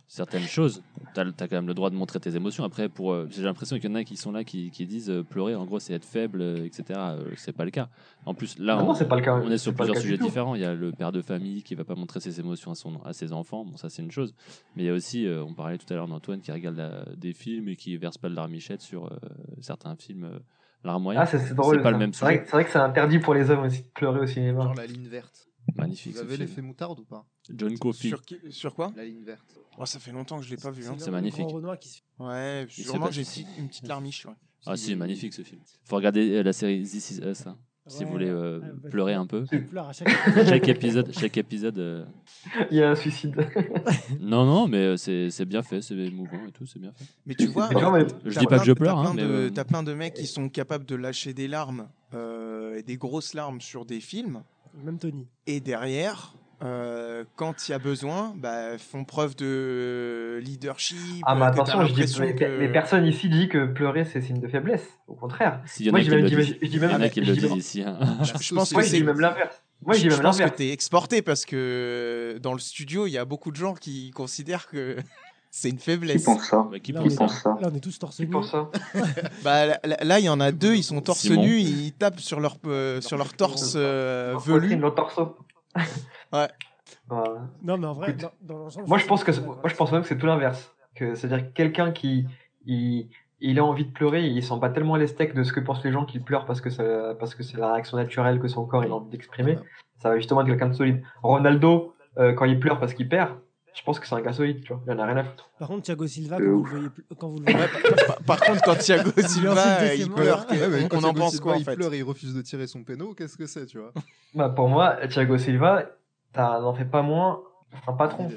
[SPEAKER 5] certaines choses. T'as as quand même le droit de montrer tes émotions. Après, pour, euh, j'ai l'impression qu'il y en a qui sont là qui, qui disent euh, pleurer, en gros, c'est être faible, euh, etc. Euh, c'est pas le cas. En plus, là,
[SPEAKER 6] Non,
[SPEAKER 5] on,
[SPEAKER 6] non, c'est pas le cas.
[SPEAKER 5] on est sur
[SPEAKER 6] C'est pas le
[SPEAKER 5] plusieurs
[SPEAKER 6] cas du
[SPEAKER 5] sujets
[SPEAKER 6] tout.
[SPEAKER 5] différents. Il y a le père de famille qui va pas montrer ses émotions à, son, à ses enfants. Bon, ça, c'est une chose. Mais il y a aussi, euh, on parlait tout à l'heure d'Antoine qui regarde la- des films et qui verse pas de larmichette sur euh, certains films euh, larmoyants.
[SPEAKER 6] Ah, c'est c'est drôle.
[SPEAKER 5] C'est pas le
[SPEAKER 6] ça.
[SPEAKER 5] même
[SPEAKER 6] C'est vrai,
[SPEAKER 5] sujet.
[SPEAKER 6] que- c'est vrai que c'est interdit pour les hommes aussi de pleurer au cinéma.
[SPEAKER 1] Genre la ligne verte.
[SPEAKER 5] Magnifique.
[SPEAKER 1] Vous
[SPEAKER 5] ce
[SPEAKER 1] avez
[SPEAKER 5] film.
[SPEAKER 1] l'effet moutarde ou pas
[SPEAKER 5] John Coffey.
[SPEAKER 3] Sur, qui- sur quoi
[SPEAKER 1] La ligne verte.
[SPEAKER 3] oh, Ça fait longtemps que je l'ai pas vu. hein.
[SPEAKER 2] l'homme,
[SPEAKER 5] c'est magnifique.
[SPEAKER 2] le grand Renoir qui se-
[SPEAKER 3] Ouais,
[SPEAKER 5] Il se
[SPEAKER 3] sûrement
[SPEAKER 5] passe
[SPEAKER 3] que j'ai
[SPEAKER 5] ici.
[SPEAKER 3] une petite larmiche. ouais.
[SPEAKER 5] Ah si, magnifique ce film. Faut regarder euh, la série This Is Us, hein, si
[SPEAKER 2] Ouais,
[SPEAKER 5] vous voulez euh,
[SPEAKER 2] ah, bah,
[SPEAKER 5] pleurer un peu.
[SPEAKER 2] tu pleures à chaque
[SPEAKER 5] Chaque épisode, chaque épisode. euh,
[SPEAKER 6] Il y a un suicide.
[SPEAKER 5] Non, non, mais euh, c'est c'est bien fait, c'est émouvant et tout, c'est bien fait.
[SPEAKER 3] Mais tu vois,
[SPEAKER 6] Et genre, mais-
[SPEAKER 5] Je
[SPEAKER 3] t'as
[SPEAKER 5] dis pas
[SPEAKER 3] plein-
[SPEAKER 5] que je
[SPEAKER 3] t'as
[SPEAKER 5] pleure, hein,
[SPEAKER 3] plein
[SPEAKER 5] mais,
[SPEAKER 3] de-
[SPEAKER 5] euh,
[SPEAKER 3] T'as plein de mecs qui sont capables de lâcher des larmes euh, et des grosses larmes sur des films.
[SPEAKER 2] Même Tony.
[SPEAKER 3] Et derrière, euh, quand il y a besoin, bah, font preuve de leadership.
[SPEAKER 6] Ah, mais
[SPEAKER 3] euh, que t'as
[SPEAKER 6] attention, je dis,
[SPEAKER 3] l'impression
[SPEAKER 6] mais,
[SPEAKER 3] que-
[SPEAKER 6] mais personne ici dit que pleurer c'est signe de faiblesse. Au contraire.
[SPEAKER 5] S'il y en
[SPEAKER 6] Moi,
[SPEAKER 5] a
[SPEAKER 6] je
[SPEAKER 5] qui
[SPEAKER 6] dis même-
[SPEAKER 5] le
[SPEAKER 6] je dis-
[SPEAKER 5] disent,
[SPEAKER 6] je dis
[SPEAKER 5] il y en
[SPEAKER 6] même-
[SPEAKER 5] a qui
[SPEAKER 6] *laughs* je
[SPEAKER 5] le
[SPEAKER 6] dis
[SPEAKER 5] disent
[SPEAKER 6] même-
[SPEAKER 5] ici. hein.
[SPEAKER 3] je pense que
[SPEAKER 6] Moi, je
[SPEAKER 3] c'est-
[SPEAKER 6] dis même l'inverse. Moi, je dis même
[SPEAKER 3] pense que
[SPEAKER 6] l'inverse.
[SPEAKER 3] t'es exporté parce que *laughs* dans le studio, il y a beaucoup de gens qui considèrent que C'est une
[SPEAKER 4] *laughs* Qui
[SPEAKER 3] faiblesse.
[SPEAKER 4] pense ça
[SPEAKER 5] Mais Ah, bah, qui
[SPEAKER 2] Là,
[SPEAKER 4] Qui
[SPEAKER 5] pense
[SPEAKER 2] on est-
[SPEAKER 4] pense
[SPEAKER 5] ça
[SPEAKER 4] ça
[SPEAKER 2] Là, on est tous torse nu.
[SPEAKER 6] ça
[SPEAKER 3] Bah, là- là, là, il y en a deux, ils sont torse
[SPEAKER 5] Simon.
[SPEAKER 3] nus, ils tapent sur leur, euh, sur leur torse euh,
[SPEAKER 6] Leur poitrine,
[SPEAKER 3] velu.
[SPEAKER 6] leur torso.
[SPEAKER 3] Ouais.
[SPEAKER 6] *laughs* Voilà.
[SPEAKER 2] Non, mais en vrai,
[SPEAKER 6] Écoute,
[SPEAKER 2] dans, dans l'ensemble.
[SPEAKER 6] Moi,
[SPEAKER 2] c'est-
[SPEAKER 6] je pense que
[SPEAKER 2] c'est-
[SPEAKER 6] moi, je pense même que c'est tout l'inverse. Que c'est-à-dire que quelqu'un qui il, il a envie de pleurer, il s'en bat tellement les steaks de ce que pensent les gens qu'il pleure parce que ça- parce que c'est la réaction naturelle que son corps il a envie d'exprimer. Ça va justement être quelqu'un de solide. Ronaldo, euh, quand il pleure parce qu'il perd, je pense que c'est un gars solide, tu vois. Il en a rien à foutre.
[SPEAKER 2] Par contre, Thiago Silva,
[SPEAKER 4] Euh,
[SPEAKER 2] quand vous,
[SPEAKER 4] ouf.
[SPEAKER 2] le voyez, plus- quand vous le voyez.
[SPEAKER 3] Par, par contre, quand
[SPEAKER 1] *laughs*
[SPEAKER 3] Thiago Silva,
[SPEAKER 2] ensuite,
[SPEAKER 3] euh, il
[SPEAKER 2] laissez-moi.
[SPEAKER 3] pleure,
[SPEAKER 1] Ouais, mais quand
[SPEAKER 3] on en
[SPEAKER 1] Thiago
[SPEAKER 3] pense
[SPEAKER 1] Silva,
[SPEAKER 3] quoi en
[SPEAKER 1] Il
[SPEAKER 3] fait
[SPEAKER 1] pleure et il refuse de tirer son péno, qu'est-ce que c'est, tu vois
[SPEAKER 6] Bah, pour moi, Thiago Silva, t'as- n'en fais pas moins un patron.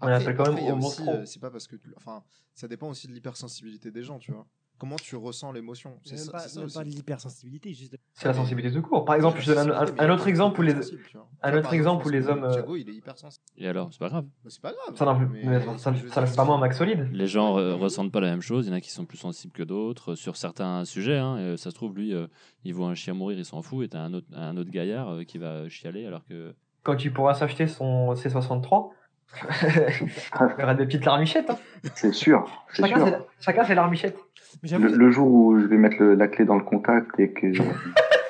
[SPEAKER 6] On
[SPEAKER 1] Après,
[SPEAKER 6] l'appelle quand même
[SPEAKER 1] après, il y a
[SPEAKER 6] au
[SPEAKER 1] aussi,
[SPEAKER 6] monstro.
[SPEAKER 1] euh, c'est pas parce que tu- enfin, ça dépend aussi de l'hypersensibilité des gens, tu vois. Comment tu ressens l'émotion
[SPEAKER 2] C'est
[SPEAKER 1] C'est
[SPEAKER 2] même
[SPEAKER 1] ça,
[SPEAKER 2] pas,
[SPEAKER 1] c'est ça
[SPEAKER 2] même
[SPEAKER 1] aussi.
[SPEAKER 2] pas de l'hypersensibilité, juste de-
[SPEAKER 6] C'est la sensibilité de court. Par exemple, je te donne un, un- un autre exemple où les un autre exemple où les hommes, euh,
[SPEAKER 1] Thiago, il est hypersensible.
[SPEAKER 5] Et alors, c'est pas grave.
[SPEAKER 1] Mais C'est pas grave.
[SPEAKER 6] ça n'en- mais ça-
[SPEAKER 1] je veux
[SPEAKER 6] ça
[SPEAKER 1] dire,
[SPEAKER 6] ne fait pas moins un max solide.
[SPEAKER 5] Les gens euh, ressentent pas la même chose. Il y en a qui sont plus sensibles que d'autres euh, sur certains sujets. hein. Euh, ça se trouve, lui, euh, il voit un chien mourir, il s'en fout. Et t'as un autre, un autre gaillard euh, qui va chialer alors que.
[SPEAKER 6] Quand tu pourras s'acheter
[SPEAKER 4] *laughs*
[SPEAKER 6] son C63, il y aura des petites larmichettes. hein.
[SPEAKER 4] C'est sûr, c'est
[SPEAKER 6] Chacun,
[SPEAKER 4] sûr.
[SPEAKER 6] c'est, chacun ses larmichettes.
[SPEAKER 2] Mais j'avoue,
[SPEAKER 4] Le, le jour où je vais mettre le- la clé dans le contact et que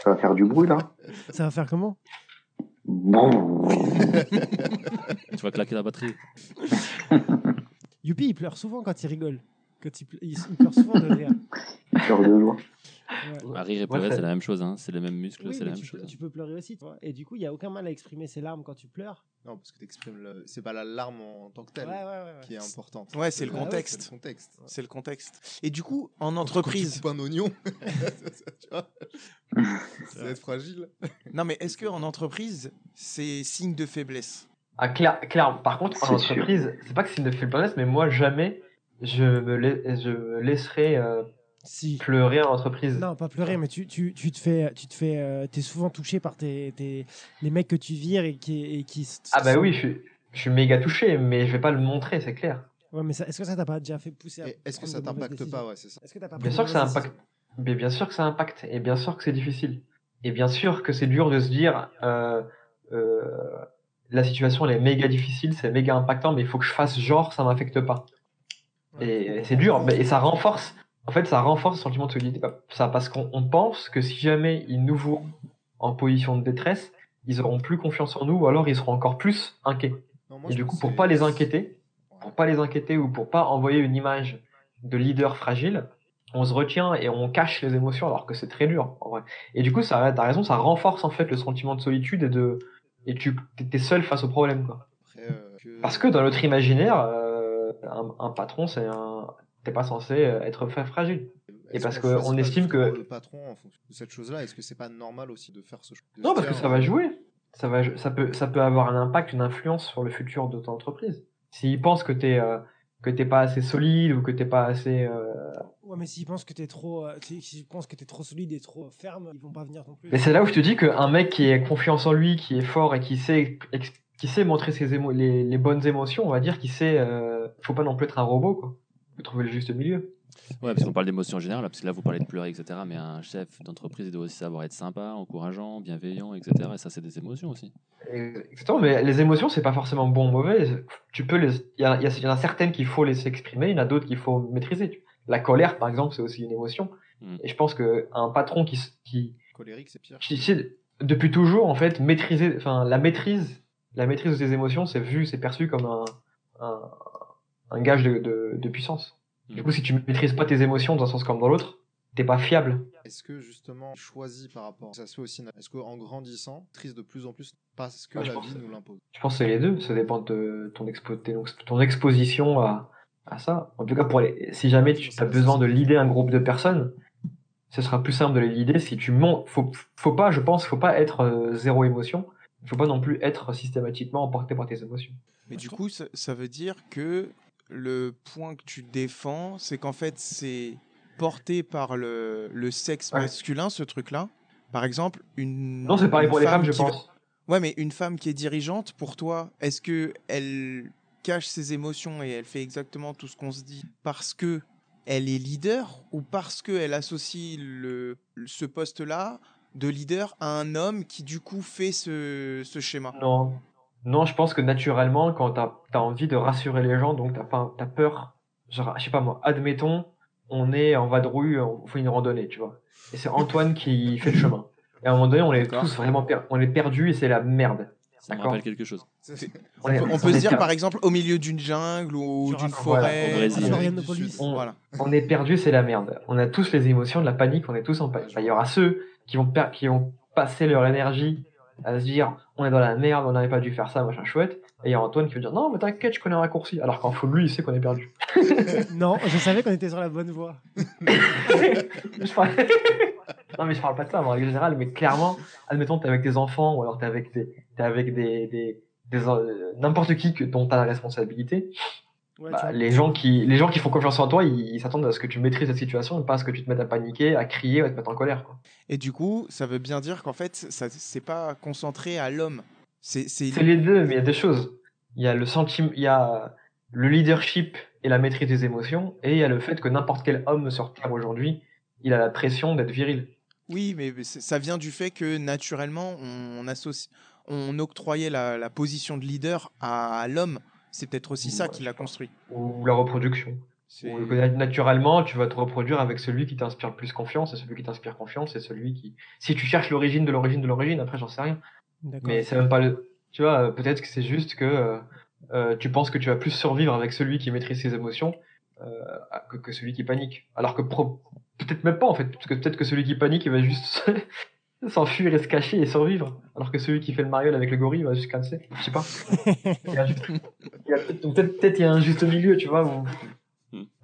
[SPEAKER 4] ça va faire du bruit là.
[SPEAKER 2] ça va faire comment
[SPEAKER 4] Bon.
[SPEAKER 5] Tu vas claquer la batterie.
[SPEAKER 2] Youpi, il pleure souvent quand il rigole. Quand il, ple- il- il pleure souvent de
[SPEAKER 5] *laughs*
[SPEAKER 2] rire.
[SPEAKER 4] Cœur de joie.
[SPEAKER 2] Ouais.
[SPEAKER 5] À rire et
[SPEAKER 6] Moi,
[SPEAKER 5] pleurer,
[SPEAKER 6] ça-
[SPEAKER 5] c'est la même chose. hein. C'est les mêmes muscles,
[SPEAKER 2] Oui,
[SPEAKER 5] c'est
[SPEAKER 2] mais
[SPEAKER 5] la même
[SPEAKER 2] tu,
[SPEAKER 5] chose.
[SPEAKER 2] peux- tu peux pleurer aussi. tu vois. Et du coup, il n'y a aucun mal à exprimer ses larmes quand tu pleures.
[SPEAKER 1] Non, parce que t'exprimes le... c'est pas la larme en en tant que
[SPEAKER 2] Ouais,
[SPEAKER 1] telle
[SPEAKER 2] ouais, ouais, ouais.
[SPEAKER 1] qui est importante.
[SPEAKER 3] Ouais, c'est le
[SPEAKER 1] Ah ouais,
[SPEAKER 3] contexte.
[SPEAKER 1] c'est le contexte.
[SPEAKER 3] C'est le contexte. Et du coup, en
[SPEAKER 1] Quand tu
[SPEAKER 3] entreprise,
[SPEAKER 1] coupes un oignon, *laughs* tu
[SPEAKER 3] *laughs*
[SPEAKER 1] vois, ça va être fragile.
[SPEAKER 3] non mais est-ce que en entreprise, c'est signe de faiblesse
[SPEAKER 6] Ah, clair, clair. Par contre, en
[SPEAKER 4] C'est sûr.
[SPEAKER 6] entreprise, c'est pas que c'est une faiblesse, mais moi, jamais je me, lai- je me laisserai euh,
[SPEAKER 2] Si.
[SPEAKER 6] pleurer en entreprise.
[SPEAKER 2] Non, pas pleurer, mais tu, tu, tu te fais, tu te fais, euh, t'es souvent touché par tes, tes- les mecs que tu vires et qui, et qui s-
[SPEAKER 6] Ah, bah
[SPEAKER 2] sont-
[SPEAKER 6] oui, je suis, je suis méga touché, mais je vais pas le montrer, c'est clair.
[SPEAKER 2] Ouais, mais ça- est-ce que ça t'a pas déjà fait pousser à
[SPEAKER 1] Et Est-ce que
[SPEAKER 2] prendre
[SPEAKER 1] ça
[SPEAKER 2] de mauvaises
[SPEAKER 1] t'impacte
[SPEAKER 2] décisions
[SPEAKER 1] pas Ouais, c'est ça.
[SPEAKER 2] Est-ce que t'as pas
[SPEAKER 6] Bien
[SPEAKER 2] pris
[SPEAKER 6] sûr
[SPEAKER 2] de
[SPEAKER 6] que ça
[SPEAKER 2] mauvaises
[SPEAKER 6] impacte. Mais bien sûr que ça impacte, et bien sûr que c'est difficile. Et bien sûr que c'est dur de se dire, euh, euh, la situation elle est méga difficile, c'est méga impactant, mais il faut que je fasse genre, ça m'affecte pas. Et c'est dur, mais et ça renforce. En fait, ça renforce le sentiment de solidité. Ça, parce qu'on on pense que si jamais ils nous voient en position de détresse, ils auront plus confiance en nous, ou alors ils seront encore plus inquiets.
[SPEAKER 1] Non, moi,
[SPEAKER 6] et
[SPEAKER 1] je
[SPEAKER 6] du
[SPEAKER 1] pense
[SPEAKER 6] coup,
[SPEAKER 1] que
[SPEAKER 6] pour
[SPEAKER 1] c'est-
[SPEAKER 6] pas les inquiéter,
[SPEAKER 1] Ouais.
[SPEAKER 6] pour pas les inquiéter ou pour pas envoyer une image de leader fragile, on se retient et on cache les émotions alors que c'est très dur. En vrai. Et du coup, ça, t'as raison, ça renforce en fait le sentiment de solitude et de et tu t'es seul face au problème quoi.
[SPEAKER 1] Après, euh, que-
[SPEAKER 6] Parce que dans notre imaginaire, euh, un, un patron c'est un t'es pas censé euh, être fa- fragile.
[SPEAKER 1] Est-ce
[SPEAKER 6] parce
[SPEAKER 1] qu'on
[SPEAKER 6] que
[SPEAKER 1] choisit
[SPEAKER 6] on
[SPEAKER 1] pas
[SPEAKER 6] estime
[SPEAKER 1] justement
[SPEAKER 6] que-
[SPEAKER 1] le patron en fonction de cette chose-là, est-ce que c'est pas normal aussi de faire ce choix De
[SPEAKER 6] Non
[SPEAKER 1] se
[SPEAKER 6] parce que
[SPEAKER 1] dire,
[SPEAKER 6] ça va
[SPEAKER 1] euh,
[SPEAKER 6] jouer, ça va jou- ça peut ça peut avoir un impact, une influence sur le futur de ton entreprise. S'ils pensent que t'es euh, que t'es pas assez solide ou que t'es pas assez euh,
[SPEAKER 2] Ouais, mais s'ils pensent que t'es trop, euh, si- s'ils pensent que t'es trop solide et trop ferme, ils vont pas venir non plus.
[SPEAKER 6] Mais c'est là où je te dis qu'un mec qui a confiance en lui, qui est fort et qui sait, ex- qui sait montrer ses émo- les, les bonnes émotions, on va dire, qui sait. Euh, faut pas non plus être un robot, quoi. Faut trouver le juste milieu.
[SPEAKER 5] Ouais, parce qu'on parle d'émotion en général, là, parce que là vous parlez de pleurer, etc. Mais un chef d'entreprise il doit aussi savoir être sympa, encourageant, bienveillant, etc. Et ça, c'est des émotions aussi.
[SPEAKER 6] Et- Exactement, mais les émotions, c'est pas forcément bon ou mauvais. Tu peux les. Il y, a- il y a- il y en a certaines qu'il faut laisser exprimer, il y en a d'autres qu'il faut maîtriser. La colère, par exemple, c'est aussi une émotion.
[SPEAKER 5] Mm.
[SPEAKER 6] Et je pense qu'un patron qui, s- qui,
[SPEAKER 1] Colérique, c'est pire.
[SPEAKER 6] qui sait depuis toujours en fait maîtriser enfin la maîtrise la maîtrise de ses émotions c'est vu c'est perçu comme un un, un gage de, de, de puissance du
[SPEAKER 5] Mmh.
[SPEAKER 6] coup si tu maîtrises pas tes émotions d'un sens comme dans l'autre t'es pas fiable
[SPEAKER 1] Est-ce que justement choisi par rapport ça se fait aussi Est-ce qu'en grandissant, triste de plus en plus parce que
[SPEAKER 6] Ouais, Ah, je
[SPEAKER 1] la
[SPEAKER 6] pense
[SPEAKER 1] vie
[SPEAKER 6] que-
[SPEAKER 1] nous l'impose
[SPEAKER 6] je pense que c'est les deux ça dépend de ton expo ton exp- ton exposition à, à ça en tout cas pour les, si jamais tu as besoin de leader un groupe de personnes ce sera plus simple de les leader si tu montes faut faut pas je pense faut pas être euh, zéro émotion faut pas non plus être systématiquement emporté par tes émotions
[SPEAKER 3] Mais du coup, ça, ça veut dire que le point que tu défends, c'est qu'en fait, c'est porté par le, le sexe
[SPEAKER 6] Ouais.
[SPEAKER 3] masculin, ce truc-là. Par exemple, une.
[SPEAKER 6] non c'est pareil
[SPEAKER 3] une
[SPEAKER 6] pour les femmes je
[SPEAKER 3] qui va-
[SPEAKER 6] pense
[SPEAKER 3] Ouais, mais une femme qui est dirigeante, pour toi, est-ce que elle cache ses émotions et elle fait exactement tout ce qu'on se dit parce que elle est leader ou parce que elle associe le, ce poste-là de leader à un homme qui du coup fait ce, ce schéma
[SPEAKER 6] Non. Non, je pense que naturellement, quand t'as as envie de rassurer les gens, donc t'as pas- t'as peur. Genre, je sais pas moi, admettons, on est en vadrouille, on fait une randonnée, tu vois. Et c'est Antoine qui fait le chemin. Et à un moment donné, on est
[SPEAKER 3] D'accord.
[SPEAKER 6] tous vraiment per- on est perdus et c'est la merde.
[SPEAKER 5] Ça me
[SPEAKER 6] D'accord.
[SPEAKER 5] rappelle quelque chose.
[SPEAKER 3] On peut, on peut se dire, par exemple, au milieu d'une jungle ou
[SPEAKER 2] Sur un-
[SPEAKER 3] d'une
[SPEAKER 6] voilà,
[SPEAKER 3] forêt.
[SPEAKER 5] au Brésil.
[SPEAKER 3] en Amérique
[SPEAKER 2] Sur
[SPEAKER 3] du Sud.
[SPEAKER 2] Indianapolis.
[SPEAKER 6] On-
[SPEAKER 3] Voilà.
[SPEAKER 6] on est perdu, c'est la merde. On a tous les émotions de la panique, on est tous en panique. Enfin, Il y aura ceux qui vont, per- qui vont passer leur énergie à se dire on est dans la merde, on n'avait pas dû faire ça, machin chouette. Et il y a Antoine qui veut dire non, mais t'inquiète, je connais un raccourci. Alors qu'en fond, lui, il sait qu'on est perdu.
[SPEAKER 2] *laughs* Non, je savais qu'on était sur la bonne voie.
[SPEAKER 6] Je parle- non, mais je parle pas de ça, mais en règle générale, mais clairement, admettons, t'es avec des enfants ou alors t'es avec des. T'es avec des. des, des- euh, n'importe qui que, dont t'as la responsabilité.
[SPEAKER 2] Ouais,
[SPEAKER 6] Bah,
[SPEAKER 2] tu vois.
[SPEAKER 6] les, gens qui, les gens qui font confiance en toi, ils ils s'attendent à ce que tu maîtrises la situation et pas à ce que tu te mettes à paniquer, à crier ou à te mettre en colère. quoi.
[SPEAKER 3] Et du coup, ça veut bien dire qu'en fait, ça c'est pas concentré à l'homme. C'est c'est-
[SPEAKER 6] C'est les deux, mais il y a deux choses. Il y a le sentiment, il y a le leadership et la maîtrise des émotions, et il y a le fait que n'importe quel homme sur Terre aujourd'hui, il a la pression d'être viril.
[SPEAKER 3] Oui, mais mais c'est- ça vient du fait que naturellement, on, associe, on octroyait la, la position de leader à, à l'homme. C'est peut-être aussi ça
[SPEAKER 6] Ouais.
[SPEAKER 3] qui l'a construit.
[SPEAKER 6] Ou la reproduction.
[SPEAKER 3] C'est-
[SPEAKER 6] Ou que nat- naturellement, tu vas te reproduire avec celui qui t'inspire le plus confiance, et celui qui t'inspire confiance, et celui qui. Si tu cherches l'origine de l'origine de l'origine, après j'en sais rien.
[SPEAKER 2] D'accord.
[SPEAKER 6] Mais c'est même pas le. Tu vois, euh, peut-être que c'est juste que euh, euh, tu penses que tu vas plus survivre avec celui qui maîtrise ses émotions euh, à- que, que celui qui panique. Alors que pro- peut-être même pas en fait, parce que peut-être que celui qui panique il va juste *laughs* se- s'enfuir et se cacher et survivre, alors que celui qui fait le mariole avec le gorille il va juste casser. Je sais pas. Il y a juste- il y a peut-être- donc peut-être peut-être il y a un juste milieu, tu vois. où,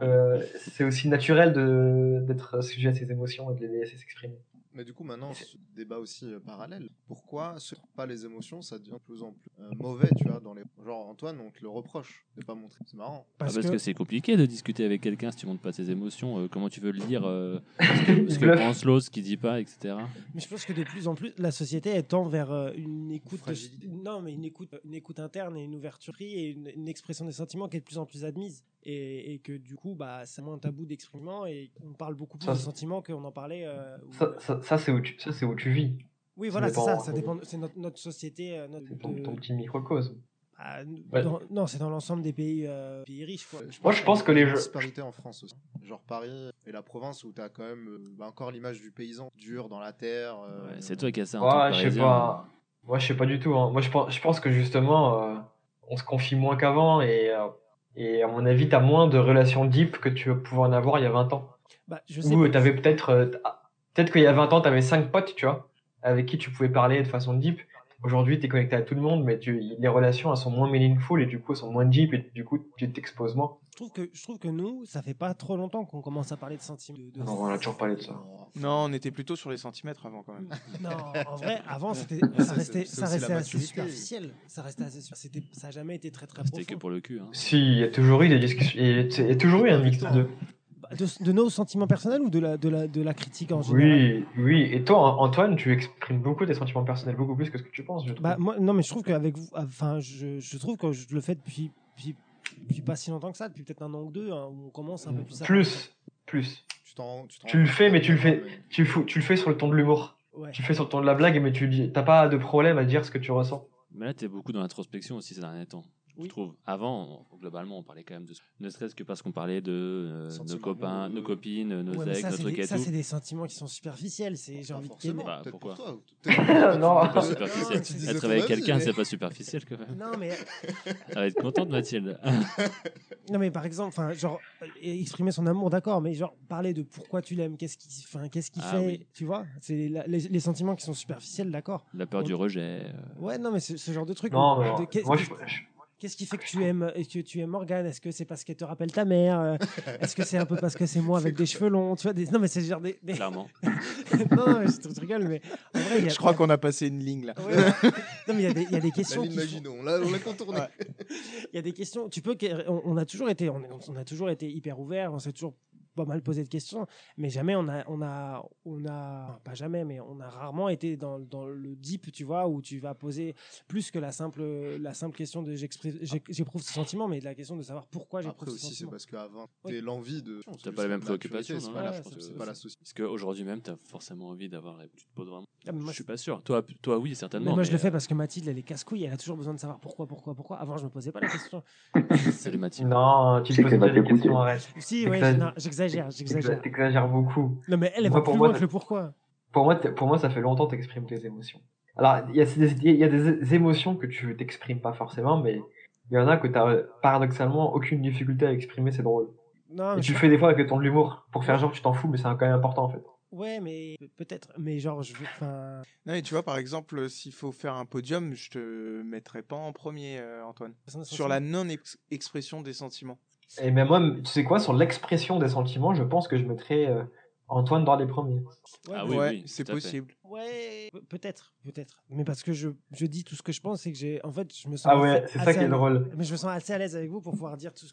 [SPEAKER 6] euh, c'est aussi naturel de- d'être sujet à ses émotions et de les laisser s'exprimer.
[SPEAKER 1] Mais du coup, maintenant, ce débat aussi euh, parallèle. Pourquoi sur pas les émotions, ça devient de plus en plus euh, mauvais, tu vois, dans les... Genre, Antoine, on te le reproche de pas montrer. C'est marrant.
[SPEAKER 5] Ah,
[SPEAKER 2] Parce
[SPEAKER 5] Parce, que,
[SPEAKER 2] que
[SPEAKER 5] c'est compliqué de discuter avec quelqu'un si tu montres pas tes émotions. euh, comment tu veux le dire euh, ce que, ce que
[SPEAKER 6] Bluff.
[SPEAKER 5] pense l'autre, ce qu'il dit pas, etc.
[SPEAKER 2] Mais je pense que de plus en plus, la société elle tend vers euh, une écoute, de-
[SPEAKER 1] Fragilité.
[SPEAKER 2] non mais une écoute, une écoute interne et une ouverture et une, une expression des sentiments qui est de plus en plus admise et, et que du coup bah c'est moins tabou d'exprimement et on parle beaucoup plus
[SPEAKER 6] Ça,
[SPEAKER 2] de
[SPEAKER 6] c'est-
[SPEAKER 2] sentiments qu'on en parlait. euh, où-
[SPEAKER 6] Ça, ça, ça, c'est où tu, ça c'est où tu vis,
[SPEAKER 2] oui
[SPEAKER 6] ça
[SPEAKER 2] voilà c'est
[SPEAKER 6] dépend,
[SPEAKER 2] ça,
[SPEAKER 6] hein,
[SPEAKER 2] ça
[SPEAKER 6] oui.
[SPEAKER 2] dépend, c'est notre, notre société. euh, notre-
[SPEAKER 6] c'est ton,
[SPEAKER 2] de-
[SPEAKER 6] ton petit microcosme.
[SPEAKER 2] Ah,
[SPEAKER 6] Ouais.
[SPEAKER 2] dans- non c'est dans l'ensemble des pays, euh, pays riches quoi.
[SPEAKER 6] Moi, je pense que
[SPEAKER 1] Il
[SPEAKER 6] les
[SPEAKER 1] y a une
[SPEAKER 6] jeux-
[SPEAKER 1] disparité en France aussi. Genre Paris et la province où t'as quand même euh, bah, encore l'image du paysan dur dans la terre. euh,
[SPEAKER 5] Ouais, c'est toi qui as ça. en tant que
[SPEAKER 6] Ouais, je sais
[SPEAKER 5] Parisien.
[SPEAKER 6] pas. Moi, je sais pas du tout. hein. Moi, je pense, je pense que justement, euh, on se confie moins qu'avant et, euh, et à mon avis, t'as moins de relations deep que tu pouvais en avoir il y a 20 ans.
[SPEAKER 2] Bah, je sais
[SPEAKER 6] Ou
[SPEAKER 2] pas.
[SPEAKER 6] t'avais peut-être, euh, ah, peut-être qu'il y a 20 ans, t'avais 5 potes, tu vois, avec qui tu pouvais parler de façon deep. Aujourd'hui, t'es connecté à tout le monde, mais tu, les relations, elles sont moins meaningful et du coup, elles sont moins deep et du coup, tu t'exposes moins.
[SPEAKER 2] Je trouve que je trouve que nous ça fait pas trop longtemps qu'on commence à parler de sentiments. de- de-
[SPEAKER 6] Non, on a toujours parlé de ça.
[SPEAKER 1] Oh,
[SPEAKER 3] Non, on était plutôt sur les centimètres avant quand même.
[SPEAKER 2] *laughs* Non, en vrai, avant, c'était,
[SPEAKER 1] c'est-
[SPEAKER 2] ça restait,
[SPEAKER 1] c'est aussi
[SPEAKER 2] ça
[SPEAKER 1] la
[SPEAKER 2] restait assez
[SPEAKER 1] maturité.
[SPEAKER 2] superficiel. Ça restait assez sur- c'était- ça n'a jamais été très très profond.
[SPEAKER 5] C'était que pour le cul. hein.
[SPEAKER 6] Si, il y a toujours eu des discussions, il y a- il y a toujours eu un mix de.
[SPEAKER 2] Bah, De, de nos sentiments personnels ou de la, de la, de la critique en général
[SPEAKER 6] Oui, oui. Et toi, An- Antoine, tu exprimes beaucoup tes sentiments personnels, beaucoup plus que ce que tu penses, je trouve.
[SPEAKER 2] bah, moi, Non, mais je trouve qu'avec vous, ah, enfin, je, je trouve que je le fais depuis, depuis, depuis pas si longtemps que ça, depuis peut-être un an ou deux, hein, où on commence un peu plus à.
[SPEAKER 6] Mm. Mmh. plus, plus.
[SPEAKER 1] Tu, t'en- t'en
[SPEAKER 6] Tu le fais, mais tu le fais.
[SPEAKER 1] Mais-
[SPEAKER 6] Tu, le fous- tu le fais sur le ton de l'humour.
[SPEAKER 2] Ouais.
[SPEAKER 6] Tu le fais sur le ton de la blague, mais tu dis, t'as pas de problème à dire ce que tu ressens.
[SPEAKER 5] Mais là, tu es beaucoup dans l'introspection aussi ces derniers temps.
[SPEAKER 2] Oui.
[SPEAKER 5] Je trouve. Avant, on- globalement, on parlait quand même de. Ne serait-ce que parce qu'on parlait de euh, nos
[SPEAKER 1] Sentiments
[SPEAKER 5] copains,
[SPEAKER 1] amoureux.
[SPEAKER 5] nos copines, nos
[SPEAKER 2] Ouais, mais
[SPEAKER 5] ex,
[SPEAKER 2] ça,
[SPEAKER 5] nos
[SPEAKER 2] c'est
[SPEAKER 5] trucs
[SPEAKER 2] des,
[SPEAKER 5] et
[SPEAKER 2] ça,
[SPEAKER 5] tout.
[SPEAKER 2] c'est des sentiments qui sont superficiels. C'est, j'ai
[SPEAKER 1] Pas
[SPEAKER 2] envie de
[SPEAKER 1] forcément,
[SPEAKER 2] t'aimer.
[SPEAKER 5] Bah,
[SPEAKER 1] peut-être
[SPEAKER 5] pourquoi
[SPEAKER 1] pour toi, ou peut-être-
[SPEAKER 6] *laughs* Non.
[SPEAKER 5] C'est pas
[SPEAKER 1] Non,
[SPEAKER 5] superficiel.
[SPEAKER 1] tu disais
[SPEAKER 5] Être
[SPEAKER 1] ton
[SPEAKER 5] avec
[SPEAKER 1] avis,
[SPEAKER 5] quelqu'un,
[SPEAKER 1] mais-
[SPEAKER 5] c'est pas superficiel quand même.
[SPEAKER 2] Non, mais
[SPEAKER 5] Elle va être contente, Mathilde.
[SPEAKER 2] Non mais par exemple, enfin genre euh, exprimer son amour, d'accord, mais genre parler de pourquoi tu l'aimes, qu'est-ce qui, enfin qu'est-ce qui
[SPEAKER 5] Ah
[SPEAKER 2] fait,
[SPEAKER 5] oui.
[SPEAKER 2] tu vois, c'est la- les, les sentiments qui sont superficiels, d'accord.
[SPEAKER 5] *laughs* La peur du rejet. euh,
[SPEAKER 2] Ouais, non mais ce, ce genre de truc.
[SPEAKER 6] Non,
[SPEAKER 2] de-
[SPEAKER 6] mais
[SPEAKER 2] de- qu'est-
[SPEAKER 6] moi, je, je-
[SPEAKER 2] Qu'est-ce qui fait que tu aimes, et que tu aimes Morgane Est-ce que c'est parce qu'elle te rappelle ta mère Euh, Est-ce que c'est un peu parce que c'est moi avec des cheveux longs Tu vois, des... non mais c'est genre des. des- *laughs*
[SPEAKER 5] Clairement.
[SPEAKER 2] non, non, mais je, je rigole, mais en vrai, il y a-
[SPEAKER 3] Je crois qu'on a passé une ligne là.
[SPEAKER 2] Ouais, ouais. non mais il y a des, il y a des
[SPEAKER 1] La
[SPEAKER 2] questions.
[SPEAKER 1] ligne
[SPEAKER 2] qui font-
[SPEAKER 1] Maginot, on l'a on l'a contournée.
[SPEAKER 3] Ouais.
[SPEAKER 2] Il y a des questions. Tu peux. On, on a toujours été. On, on a toujours été hyper ouvert. On s'est toujours pas mal posé de questions, mais jamais on a, on a, on a, enfin, pas jamais, mais on a rarement été dans, dans le deep, tu vois, où tu vas poser plus que la simple, la simple question de j'exprime- j'é- j'éprouve ce sentiment, mais de la question de savoir pourquoi
[SPEAKER 1] Après
[SPEAKER 2] j'éprouve ce
[SPEAKER 1] aussi, c'est
[SPEAKER 2] sentiment.
[SPEAKER 1] parce qu'avant,
[SPEAKER 2] Oui.
[SPEAKER 1] t'es l'envie de.
[SPEAKER 5] T'as pas les mêmes préoccupations,
[SPEAKER 1] C'est
[SPEAKER 5] non,
[SPEAKER 1] pas
[SPEAKER 5] là,
[SPEAKER 1] la-
[SPEAKER 5] je pense que-
[SPEAKER 1] c'est pas la société.
[SPEAKER 5] Parce qu'aujourd'hui même, t'as forcément envie d'avoir. Tu te poses vraiment.
[SPEAKER 2] Ah, mais
[SPEAKER 5] je
[SPEAKER 2] moi,
[SPEAKER 5] suis pas sûr. Toi, p- toi oui,
[SPEAKER 2] Mais
[SPEAKER 5] certainement.
[SPEAKER 2] moi, je
[SPEAKER 5] mais,
[SPEAKER 2] le fais parce que Mathilde, elle est casse-couille, elle a toujours besoin de savoir pourquoi, pourquoi, pourquoi. Avant, je me posais pas la question.
[SPEAKER 5] euh, Salut
[SPEAKER 6] *laughs*
[SPEAKER 5] Mathilde.
[SPEAKER 6] Non, tu
[SPEAKER 4] C'est
[SPEAKER 6] te poses
[SPEAKER 4] qu'elle va
[SPEAKER 6] pas la
[SPEAKER 4] t'écouter.
[SPEAKER 6] question, arrête.
[SPEAKER 2] si, ouais,
[SPEAKER 6] T'exagères.
[SPEAKER 2] j'éna- j'exagère, j'exagère.
[SPEAKER 6] T'exagères beaucoup.
[SPEAKER 2] Non, mais elle, elle
[SPEAKER 6] Moi,
[SPEAKER 2] va
[SPEAKER 6] pour
[SPEAKER 2] plus
[SPEAKER 6] moi,
[SPEAKER 2] loin que
[SPEAKER 6] ça-
[SPEAKER 2] le pourquoi.
[SPEAKER 6] Pour moi, t'es- pour moi, ça fait longtemps que t'exprimes tes émotions. Alors, il y, a des- il y a des émotions que tu t'exprimes pas forcément, mais il y en a que t'as euh, paradoxalement aucune difficulté à exprimer, c'est drôle.
[SPEAKER 2] Non,
[SPEAKER 6] Et
[SPEAKER 2] Ah, mais
[SPEAKER 6] tu
[SPEAKER 2] je-
[SPEAKER 6] le fais des fois avec ton de l'humour, pour faire genre que tu t'en fous, mais c'est quand même important en fait.
[SPEAKER 2] ouais, mais pe- peut-être. Mais genre, je veux. Enfin,
[SPEAKER 3] Non, mais tu vois, par exemple, euh, s'il faut faire un podium, je te mettrais pas en premier, euh, Antoine. Sur la non-expression des sentiments.
[SPEAKER 6] Et même moi, tu sais quoi, sur l'expression des sentiments, je pense que je mettrais euh, Antoine dans les premiers.
[SPEAKER 2] Ouais,
[SPEAKER 5] Ah
[SPEAKER 2] mais-
[SPEAKER 5] oui,
[SPEAKER 3] ouais,
[SPEAKER 5] oui,
[SPEAKER 3] c'est
[SPEAKER 5] tout à fait.
[SPEAKER 3] possible.
[SPEAKER 2] Ouais, pe- peut-être, peut-être. Mais parce que je, je dis tout ce que je pense et que j'ai. En fait, je me sens.
[SPEAKER 6] Ah ouais,
[SPEAKER 2] assez-
[SPEAKER 6] c'est ça qui
[SPEAKER 2] assez
[SPEAKER 6] est
[SPEAKER 2] à-
[SPEAKER 6] drôle.
[SPEAKER 2] Mais je me sens assez à l'aise avec vous pour pouvoir dire tout ce-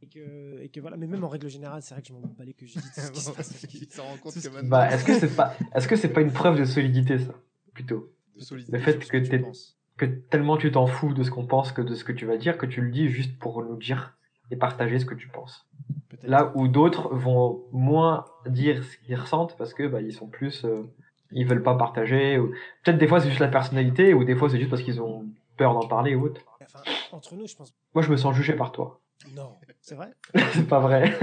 [SPEAKER 2] et que, et que voilà. Mais même en règle générale, c'est vrai que je m'en bats les que je dis tout
[SPEAKER 1] *laughs*
[SPEAKER 2] ce qui se
[SPEAKER 6] *laughs*
[SPEAKER 2] passe.
[SPEAKER 1] Il s'en rend compte
[SPEAKER 2] Tout ce
[SPEAKER 1] que
[SPEAKER 2] qui-
[SPEAKER 1] maintenant.
[SPEAKER 6] Bah, est-ce que c'est pas, est-ce que c'est pas une preuve de solidité ça, plutôt
[SPEAKER 1] de solidité
[SPEAKER 6] le fait
[SPEAKER 1] sur ce
[SPEAKER 6] que
[SPEAKER 1] tu
[SPEAKER 6] t'es-
[SPEAKER 1] penses.
[SPEAKER 6] que tellement tu t'en fous de ce qu'on pense que de ce que tu vas dire que tu le dis juste pour nous dire et partager ce que tu penses.
[SPEAKER 2] Peut-être.
[SPEAKER 6] Là où d'autres vont moins dire ce qu'ils ressentent parce que bah, ils sont plus, euh, ils veulent pas partager. Ou... Peut-être des fois c'est juste la personnalité ou des fois c'est juste parce qu'ils ont peur d'en parler ou autre.
[SPEAKER 2] Enfin, entre nous, je pense.
[SPEAKER 6] Moi je me sens jugé par toi. *laughs*
[SPEAKER 2] Non, c'est vrai.
[SPEAKER 6] c'est pas vrai.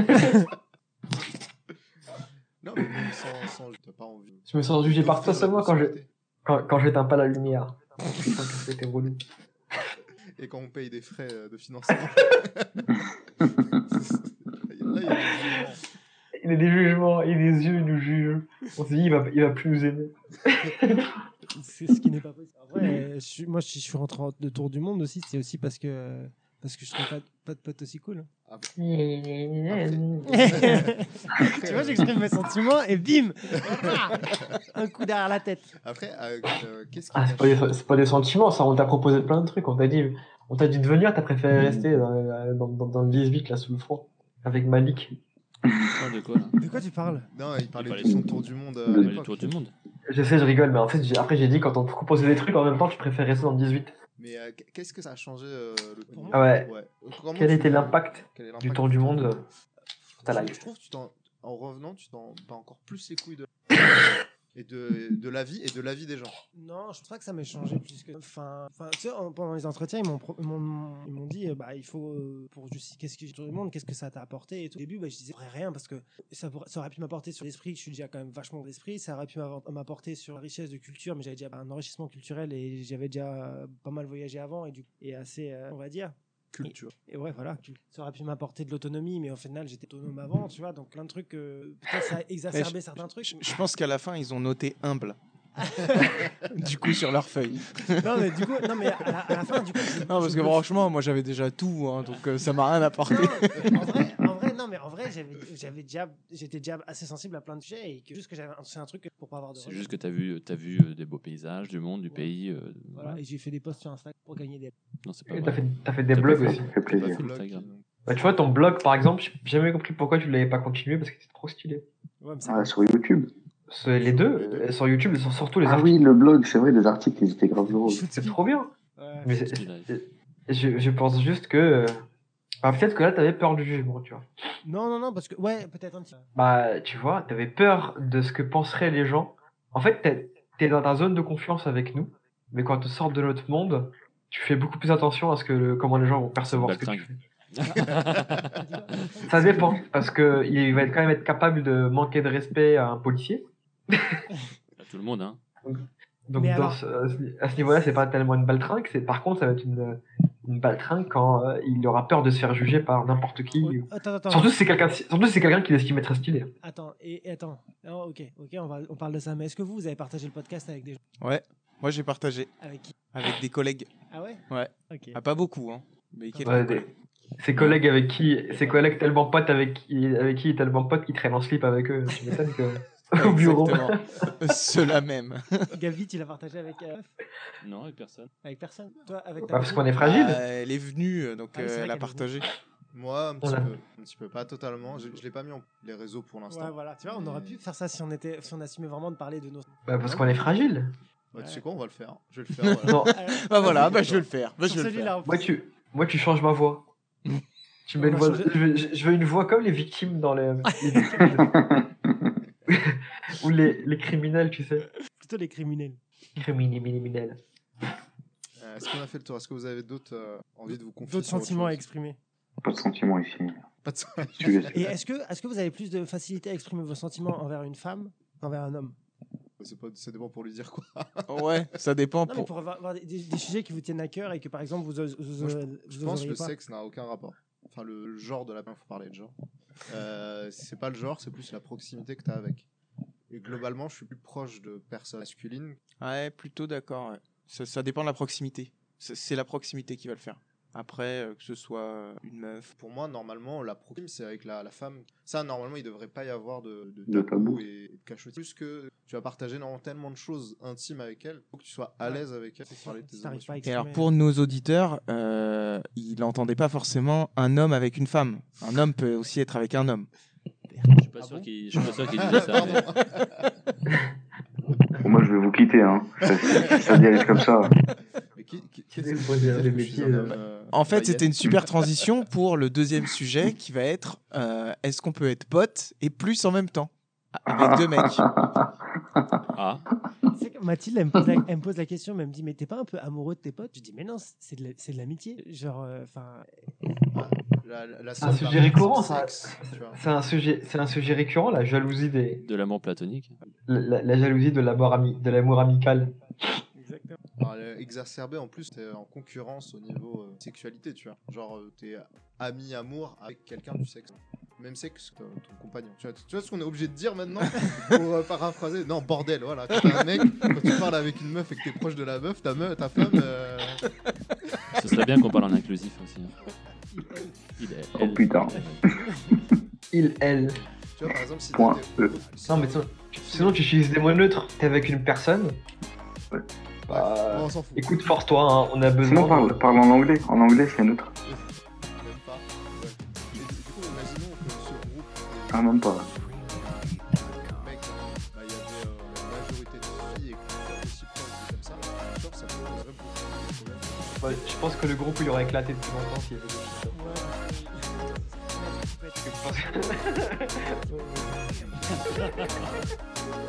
[SPEAKER 1] Non, mais même sans, sans t'as pas envie.
[SPEAKER 6] Je me sens jugé par toi
[SPEAKER 1] T'offrir la
[SPEAKER 6] seulement quand je
[SPEAKER 1] possibilité.
[SPEAKER 6] quand, quand j'éteins pas la lumière. Je pense que c'était relou.
[SPEAKER 1] Et quand on paye des frais euh, de financement. Là, il y a du jugement.
[SPEAKER 6] Il a des jugements et des yeux il nous juge. On se dit il va il va plus nous aimer.
[SPEAKER 2] C'est ce qui n'est pas possible. En vrai, euh, je suis- moi, si je suis rentré en- de tour du monde aussi, c'est aussi parce que, euh, parce que je trouve pas, pas de potes aussi cool. hein. *laughs* tu
[SPEAKER 6] euh,
[SPEAKER 2] vois, j'exprime mes sentiments et bim Ah *laughs* Un coup derrière la tête.
[SPEAKER 1] Après, euh, euh, qu'est-ce qui
[SPEAKER 6] Ah,
[SPEAKER 1] t'a
[SPEAKER 6] c'est pas, des,
[SPEAKER 1] changé
[SPEAKER 6] c'est pas des sentiments, ça. On t'a proposé plein de trucs. On t'a dit, on t'a dit de venir, t'as préféré rester dans, dans, dans, dans le 18, là, sous le front, avec Malik.
[SPEAKER 5] Parle de quoi là
[SPEAKER 2] De quoi tu parles
[SPEAKER 1] Non, il parlait
[SPEAKER 5] parlait
[SPEAKER 1] de son
[SPEAKER 4] de-
[SPEAKER 1] tour du monde. euh, à
[SPEAKER 5] Parle du
[SPEAKER 1] l'époque.
[SPEAKER 5] tour du monde.
[SPEAKER 6] Je sais, je rigole, mais en fait, j'ai- après, j'ai dit, quand on te proposait des trucs, en même temps, tu préfères rester dans le 18.
[SPEAKER 1] Mais euh, qu'est-ce que ça a changé euh, le tour du
[SPEAKER 6] Ah ouais.
[SPEAKER 1] monde Ouais. Comment
[SPEAKER 6] Quel
[SPEAKER 1] tu-
[SPEAKER 6] était l'impact
[SPEAKER 1] quel est
[SPEAKER 6] du
[SPEAKER 1] l'impact
[SPEAKER 6] tour du monde euh, sur ta
[SPEAKER 1] Je,
[SPEAKER 6] life
[SPEAKER 1] je trouve que tu t'en- en revenant, tu t'en bats encore plus les couilles
[SPEAKER 6] *laughs*
[SPEAKER 1] de et de, de la vie et de la vie des gens.
[SPEAKER 2] Non, je trouve pas que ça m'ait changé plus que. Enfin, enfin, tu sais, en- pendant les entretiens, ils m'ont pro- ils m'ont ils m'ont dit, euh, bah, il faut euh, pour justifier qu'est-ce que j'ai du monde, qu'est-ce que ça t'a apporté. Et tout. Au début, bah, je disais Ouais, rien parce que ça, pourrait- ça aurait pu m'apporter sur l'esprit. Je suis déjà quand même vachement d'esprit. Ça aurait pu m'avoir- m'apporter sur la richesse de culture, mais j'avais déjà un enrichissement culturel et j'avais déjà euh, pas mal voyagé avant et du et assez, euh, on va dire.
[SPEAKER 1] Culture.
[SPEAKER 2] Et ouais, voilà. tu- Ça aurait pu m'apporter de l'autonomie, mais au final, j'étais autonome avant, tu vois. Donc, plein de trucs, euh, peut-être
[SPEAKER 3] *laughs*
[SPEAKER 2] ça a exacerbé certains trucs.
[SPEAKER 3] Je, je pense qu'à la fin, ils ont noté
[SPEAKER 2] *laughs*
[SPEAKER 3] humble. du coup, sur leur feuille.
[SPEAKER 2] Non, mais du coup, non, mais à la, à la fin, du coup. je-
[SPEAKER 3] *laughs* Non, parce
[SPEAKER 2] je *laughs*
[SPEAKER 3] que
[SPEAKER 2] me-
[SPEAKER 3] franchement, moi, j'avais déjà tout, hein, donc euh, ça m'a rien apporté.
[SPEAKER 2] Non, en
[SPEAKER 6] *laughs*
[SPEAKER 2] vrai, en vrai, non, mais en vrai, j'avais- j'avais déjà, j'étais déjà assez sensible à plein de sujets et que juste que j'avais, c'est un truc que- pour pas avoir de.
[SPEAKER 5] C'est
[SPEAKER 2] regrets.
[SPEAKER 5] juste que t'as vu, t'as vu euh, des beaux paysages, du monde, du
[SPEAKER 2] Ouais.
[SPEAKER 5] pays. euh,
[SPEAKER 2] Voilà, et j'ai fait des posts sur Instagram pour gagner des.
[SPEAKER 5] Non, c'est pas
[SPEAKER 6] Et T'as fait,
[SPEAKER 5] vrai.
[SPEAKER 6] t'as fait des
[SPEAKER 5] T'as
[SPEAKER 6] blogs
[SPEAKER 5] pas
[SPEAKER 6] aussi.
[SPEAKER 4] Ça me fait
[SPEAKER 1] Pas
[SPEAKER 4] plaisir.
[SPEAKER 1] de blog,
[SPEAKER 5] *laughs* Instagram.
[SPEAKER 1] donc.
[SPEAKER 6] Bah, tu vois, ton blog, par exemple, j'ai jamais compris pourquoi tu l'avais pas continué parce que c'était trop stylé.
[SPEAKER 2] Ouais, mais ça-
[SPEAKER 4] Ah, sur YouTube.
[SPEAKER 6] C'est Les deux, euh, sur YouTube, sur- surtout les
[SPEAKER 4] Ah
[SPEAKER 6] articles.
[SPEAKER 4] oui, le blog, c'est vrai, les articles, ils étaient grave drôles.
[SPEAKER 6] C'est trop bien.
[SPEAKER 2] Ouais.
[SPEAKER 6] Mais
[SPEAKER 5] Parce
[SPEAKER 6] c'est-
[SPEAKER 5] qu'il a-
[SPEAKER 6] je, je pense juste que. euh, bah, peut-être que là, t'avais peur du jugement, tu vois.
[SPEAKER 2] Non, non, non, parce que ouais, peut-être un petit.
[SPEAKER 6] Bah, tu vois, t'avais peur de ce que penseraient les gens. En fait, t'es- t'es dans ta zone de confiance avec nous, mais quand tu sors de notre monde, tu fais beaucoup plus attention à ce que le- comment les gens vont percevoir ce que tu fais. *laughs* Ça dépend, parce que il va être quand même être capable de manquer de respect à un policier.
[SPEAKER 5] à tout le monde, hein.
[SPEAKER 6] Donc,
[SPEAKER 2] Mais
[SPEAKER 6] dans
[SPEAKER 2] alors-
[SPEAKER 6] ce- à ce- à ce niveau-là, c'est pas tellement une baltringue. C'est par contre, ça va être une, une baltringue quand euh, il aura peur de se faire juger par n'importe qui.
[SPEAKER 2] Oh, Attends, attends,
[SPEAKER 6] Surtout si c'est quelqu'un, surtout si c'est quelqu'un qui estime être stylé.
[SPEAKER 2] attends, et, et attends. Oh, ok, ok, on, va, on parle de ça. Mais est-ce que vous, vous avez partagé le podcast avec des gens
[SPEAKER 3] Ouais, moi, j'ai partagé
[SPEAKER 2] avec qui
[SPEAKER 3] avec des collègues.
[SPEAKER 2] Ah ouais.
[SPEAKER 3] Ouais.
[SPEAKER 2] Ok.
[SPEAKER 3] Ah, pas beaucoup, hein. Mais quelques
[SPEAKER 6] Ouais,
[SPEAKER 3] collègues.
[SPEAKER 6] Ses collègues avec qui, ses collègues tellement potes avec qui, avec qui il est tellement pote qu'il traîne en slip avec eux. Tu m'étonnes
[SPEAKER 2] *laughs*
[SPEAKER 6] que *laughs* *laughs* au bureau.
[SPEAKER 3] Exactement. Euh, Ceux-là même.
[SPEAKER 2] Gavi, tu l'as partagé avec euh,
[SPEAKER 5] Non, avec personne.
[SPEAKER 2] avec personne. Toi, avec.
[SPEAKER 6] Ah,
[SPEAKER 2] ta
[SPEAKER 6] parce
[SPEAKER 2] copine
[SPEAKER 6] qu'on est fragile.
[SPEAKER 3] Ah, elle est venue, donc
[SPEAKER 2] Ah oui, c'est
[SPEAKER 3] euh,
[SPEAKER 2] vrai
[SPEAKER 3] elle a
[SPEAKER 2] qu'elle est
[SPEAKER 3] partagé.
[SPEAKER 1] Moi, un petit,
[SPEAKER 6] Voilà.
[SPEAKER 1] peu, un petit peu, pas totalement. Je, je l'ai pas mis en les réseaux pour l'instant.
[SPEAKER 2] Ouais, voilà, tu vois, on aurait pu faire ça si on, était, si on assumait vraiment de parler de nos.
[SPEAKER 6] Bah, parce qu'on est fragile.
[SPEAKER 1] Ouais, Tu sais
[SPEAKER 2] Ouais.
[SPEAKER 1] quoi, on va le faire. hein. Je vais le faire.
[SPEAKER 6] *laughs*
[SPEAKER 1] voilà.
[SPEAKER 6] Non,
[SPEAKER 3] Bah voilà,
[SPEAKER 1] Vas-y,
[SPEAKER 3] bah je vais
[SPEAKER 1] d'accord.
[SPEAKER 3] le faire.
[SPEAKER 2] Ah,
[SPEAKER 3] Bah, je
[SPEAKER 2] Sur
[SPEAKER 3] vais le faire.
[SPEAKER 2] celui-là, en
[SPEAKER 6] moi
[SPEAKER 2] plus.
[SPEAKER 6] tu, moi, tu changes ma voix. tu mets
[SPEAKER 2] On
[SPEAKER 6] une
[SPEAKER 2] va
[SPEAKER 6] voix
[SPEAKER 2] changer.
[SPEAKER 6] je, veux- je- je veux une voix comme les victimes dans les.
[SPEAKER 2] *laughs*
[SPEAKER 6] les
[SPEAKER 4] *laughs*
[SPEAKER 6] victimes de- Ou les, les criminels, tu sais.
[SPEAKER 2] Plutôt les criminels.
[SPEAKER 6] Criminels.
[SPEAKER 1] Euh, Est-ce qu'on a fait le tour Est-ce que vous avez d'autres euh, envies de vous confier
[SPEAKER 2] D'autres
[SPEAKER 1] sur autre
[SPEAKER 2] sentiments à
[SPEAKER 1] chose
[SPEAKER 2] exprimer.
[SPEAKER 4] Pas de sentiments ici.
[SPEAKER 1] Pas de sentiments.
[SPEAKER 4] Sujet,
[SPEAKER 2] Et
[SPEAKER 4] c'est-
[SPEAKER 2] est-ce que, est que vous avez plus de facilité à exprimer vos sentiments envers une femme qu'envers un homme
[SPEAKER 1] *laughs* C'est pas- ça dépend pour lui dire quoi.
[SPEAKER 3] Ouais, ça dépend.
[SPEAKER 2] Non, mais
[SPEAKER 3] Pour...
[SPEAKER 2] pour avoir, avoir des, des- des sujets qui vous tiennent à cœur et que par exemple vous, ose- vous,
[SPEAKER 1] Moi,
[SPEAKER 2] vous
[SPEAKER 1] Je pense que
[SPEAKER 2] oseriez
[SPEAKER 1] le
[SPEAKER 2] pas.
[SPEAKER 1] sexe n'a aucun rapport. Enfin, le le genre de la il faut parler de genre. Euh, c'est pas le genre, c'est plus la proximité que tu as avec. Et globalement, je suis plus proche de personnes masculines.
[SPEAKER 3] Ouais, plutôt d'accord. ouais. Ça, ça dépend de la proximité. C'est- C'est la proximité qui va le faire. Après, euh, que ce soit euh, une meuf.
[SPEAKER 1] Pour moi, normalement, la proximité, c'est avec la, la femme. Ça, normalement, il devrait pas y avoir de, de,
[SPEAKER 4] De tabou.
[SPEAKER 1] et de cachottis. Plus que tu vas partager normalement tellement de choses intimes avec elle, faut que tu sois à
[SPEAKER 2] Ouais.
[SPEAKER 1] l'aise avec elle pour
[SPEAKER 2] Si
[SPEAKER 1] parler de tes
[SPEAKER 2] t'arrives
[SPEAKER 1] émotions.
[SPEAKER 2] pas à
[SPEAKER 3] Et
[SPEAKER 2] exprimer-
[SPEAKER 3] alors, pour nos auditeurs, euh, ils n'entendaient pas forcément un homme avec une femme. Un homme peut aussi être avec un homme.
[SPEAKER 5] Je suis pas
[SPEAKER 2] Ah
[SPEAKER 5] sûr
[SPEAKER 2] bon
[SPEAKER 5] qu'il je suis pas *laughs* sûr qu'il disait ça. mais-
[SPEAKER 1] *laughs* Pardon.
[SPEAKER 4] Bon, moi, je vais vous quitter. Hein. Ça- Si ça dirige comme ça,
[SPEAKER 1] Mais qui, qui,
[SPEAKER 6] Tu
[SPEAKER 1] qui
[SPEAKER 6] sais,
[SPEAKER 1] c'est-
[SPEAKER 6] pour dire
[SPEAKER 1] qui c'est
[SPEAKER 6] des
[SPEAKER 1] que je suis
[SPEAKER 6] métiers,
[SPEAKER 1] un
[SPEAKER 6] euh,
[SPEAKER 1] homme, euh,
[SPEAKER 3] En fait,
[SPEAKER 1] païen
[SPEAKER 3] c'était une super transition pour le deuxième sujet qui va être euh, est-ce qu'on peut être pote et plus en même temps avec deux mecs
[SPEAKER 5] Ah,
[SPEAKER 2] Tu sais que Mathilde, elle me, pose la, elle me pose la question, mais elle me dit Mais t'es pas un peu amoureux de tes potes Je dis Mais non, c'est de la- c'est de l'amitié. Genre, euh, enfin.
[SPEAKER 1] la, la, la
[SPEAKER 6] un
[SPEAKER 1] seule
[SPEAKER 6] sujet
[SPEAKER 1] variante,
[SPEAKER 6] récurrent,
[SPEAKER 1] c'est
[SPEAKER 6] ça.
[SPEAKER 1] le sexe, tu vois.
[SPEAKER 6] C'est un sujet, c'est un sujet récurrent, la jalousie des,
[SPEAKER 5] de l'amour platonique.
[SPEAKER 6] la, la- la jalousie de l'amour ami- de l'amour amical.
[SPEAKER 2] Exactement.
[SPEAKER 1] Alors, elle est exacerbée en plus, t'es en concurrence au niveau euh, sexualité, tu vois. Genre, euh, t'es ami-amour avec quelqu'un du sexe. Même sexe que ton compagnon. Tu vois, tu vois ce qu'on est obligé de dire maintenant *laughs* pour euh, paraphraser Non, bordel, voilà. Quand t'es un mec, quand tu parles avec une meuf et que t'es proche de la meuf, ta, meuf, ta femme. euh,
[SPEAKER 5] Ce serait bien qu'on parle en inclusif aussi. hein. Il est-
[SPEAKER 4] Oh, putain.
[SPEAKER 6] Il, elle.
[SPEAKER 1] tu vois, par exemple, si
[SPEAKER 4] Point
[SPEAKER 1] t'étais-
[SPEAKER 4] E.
[SPEAKER 6] Non, mais sinon, sinon, tu utilises des mots neutres. T'es avec une personne.
[SPEAKER 4] Ouais.
[SPEAKER 6] Bah,
[SPEAKER 1] Bon, on s'en fout.
[SPEAKER 6] écoute fort toi, hein, on a besoin.
[SPEAKER 4] sinon, parle, parle en anglais. En anglais, c'est neutre.
[SPEAKER 1] Ah, Même pas. Ouais. Et du coup, imaginons que ce groupe.
[SPEAKER 4] Ah, même pas.
[SPEAKER 1] mec, bah, il y avait euh, la majorité de filles et qu'on était aussi proches comme ça, genre ça poserait beaucoup de problèmes.
[SPEAKER 6] Ouais, je pense que le groupe il aurait éclaté depuis longtemps s'il y avait des filles. Je pense-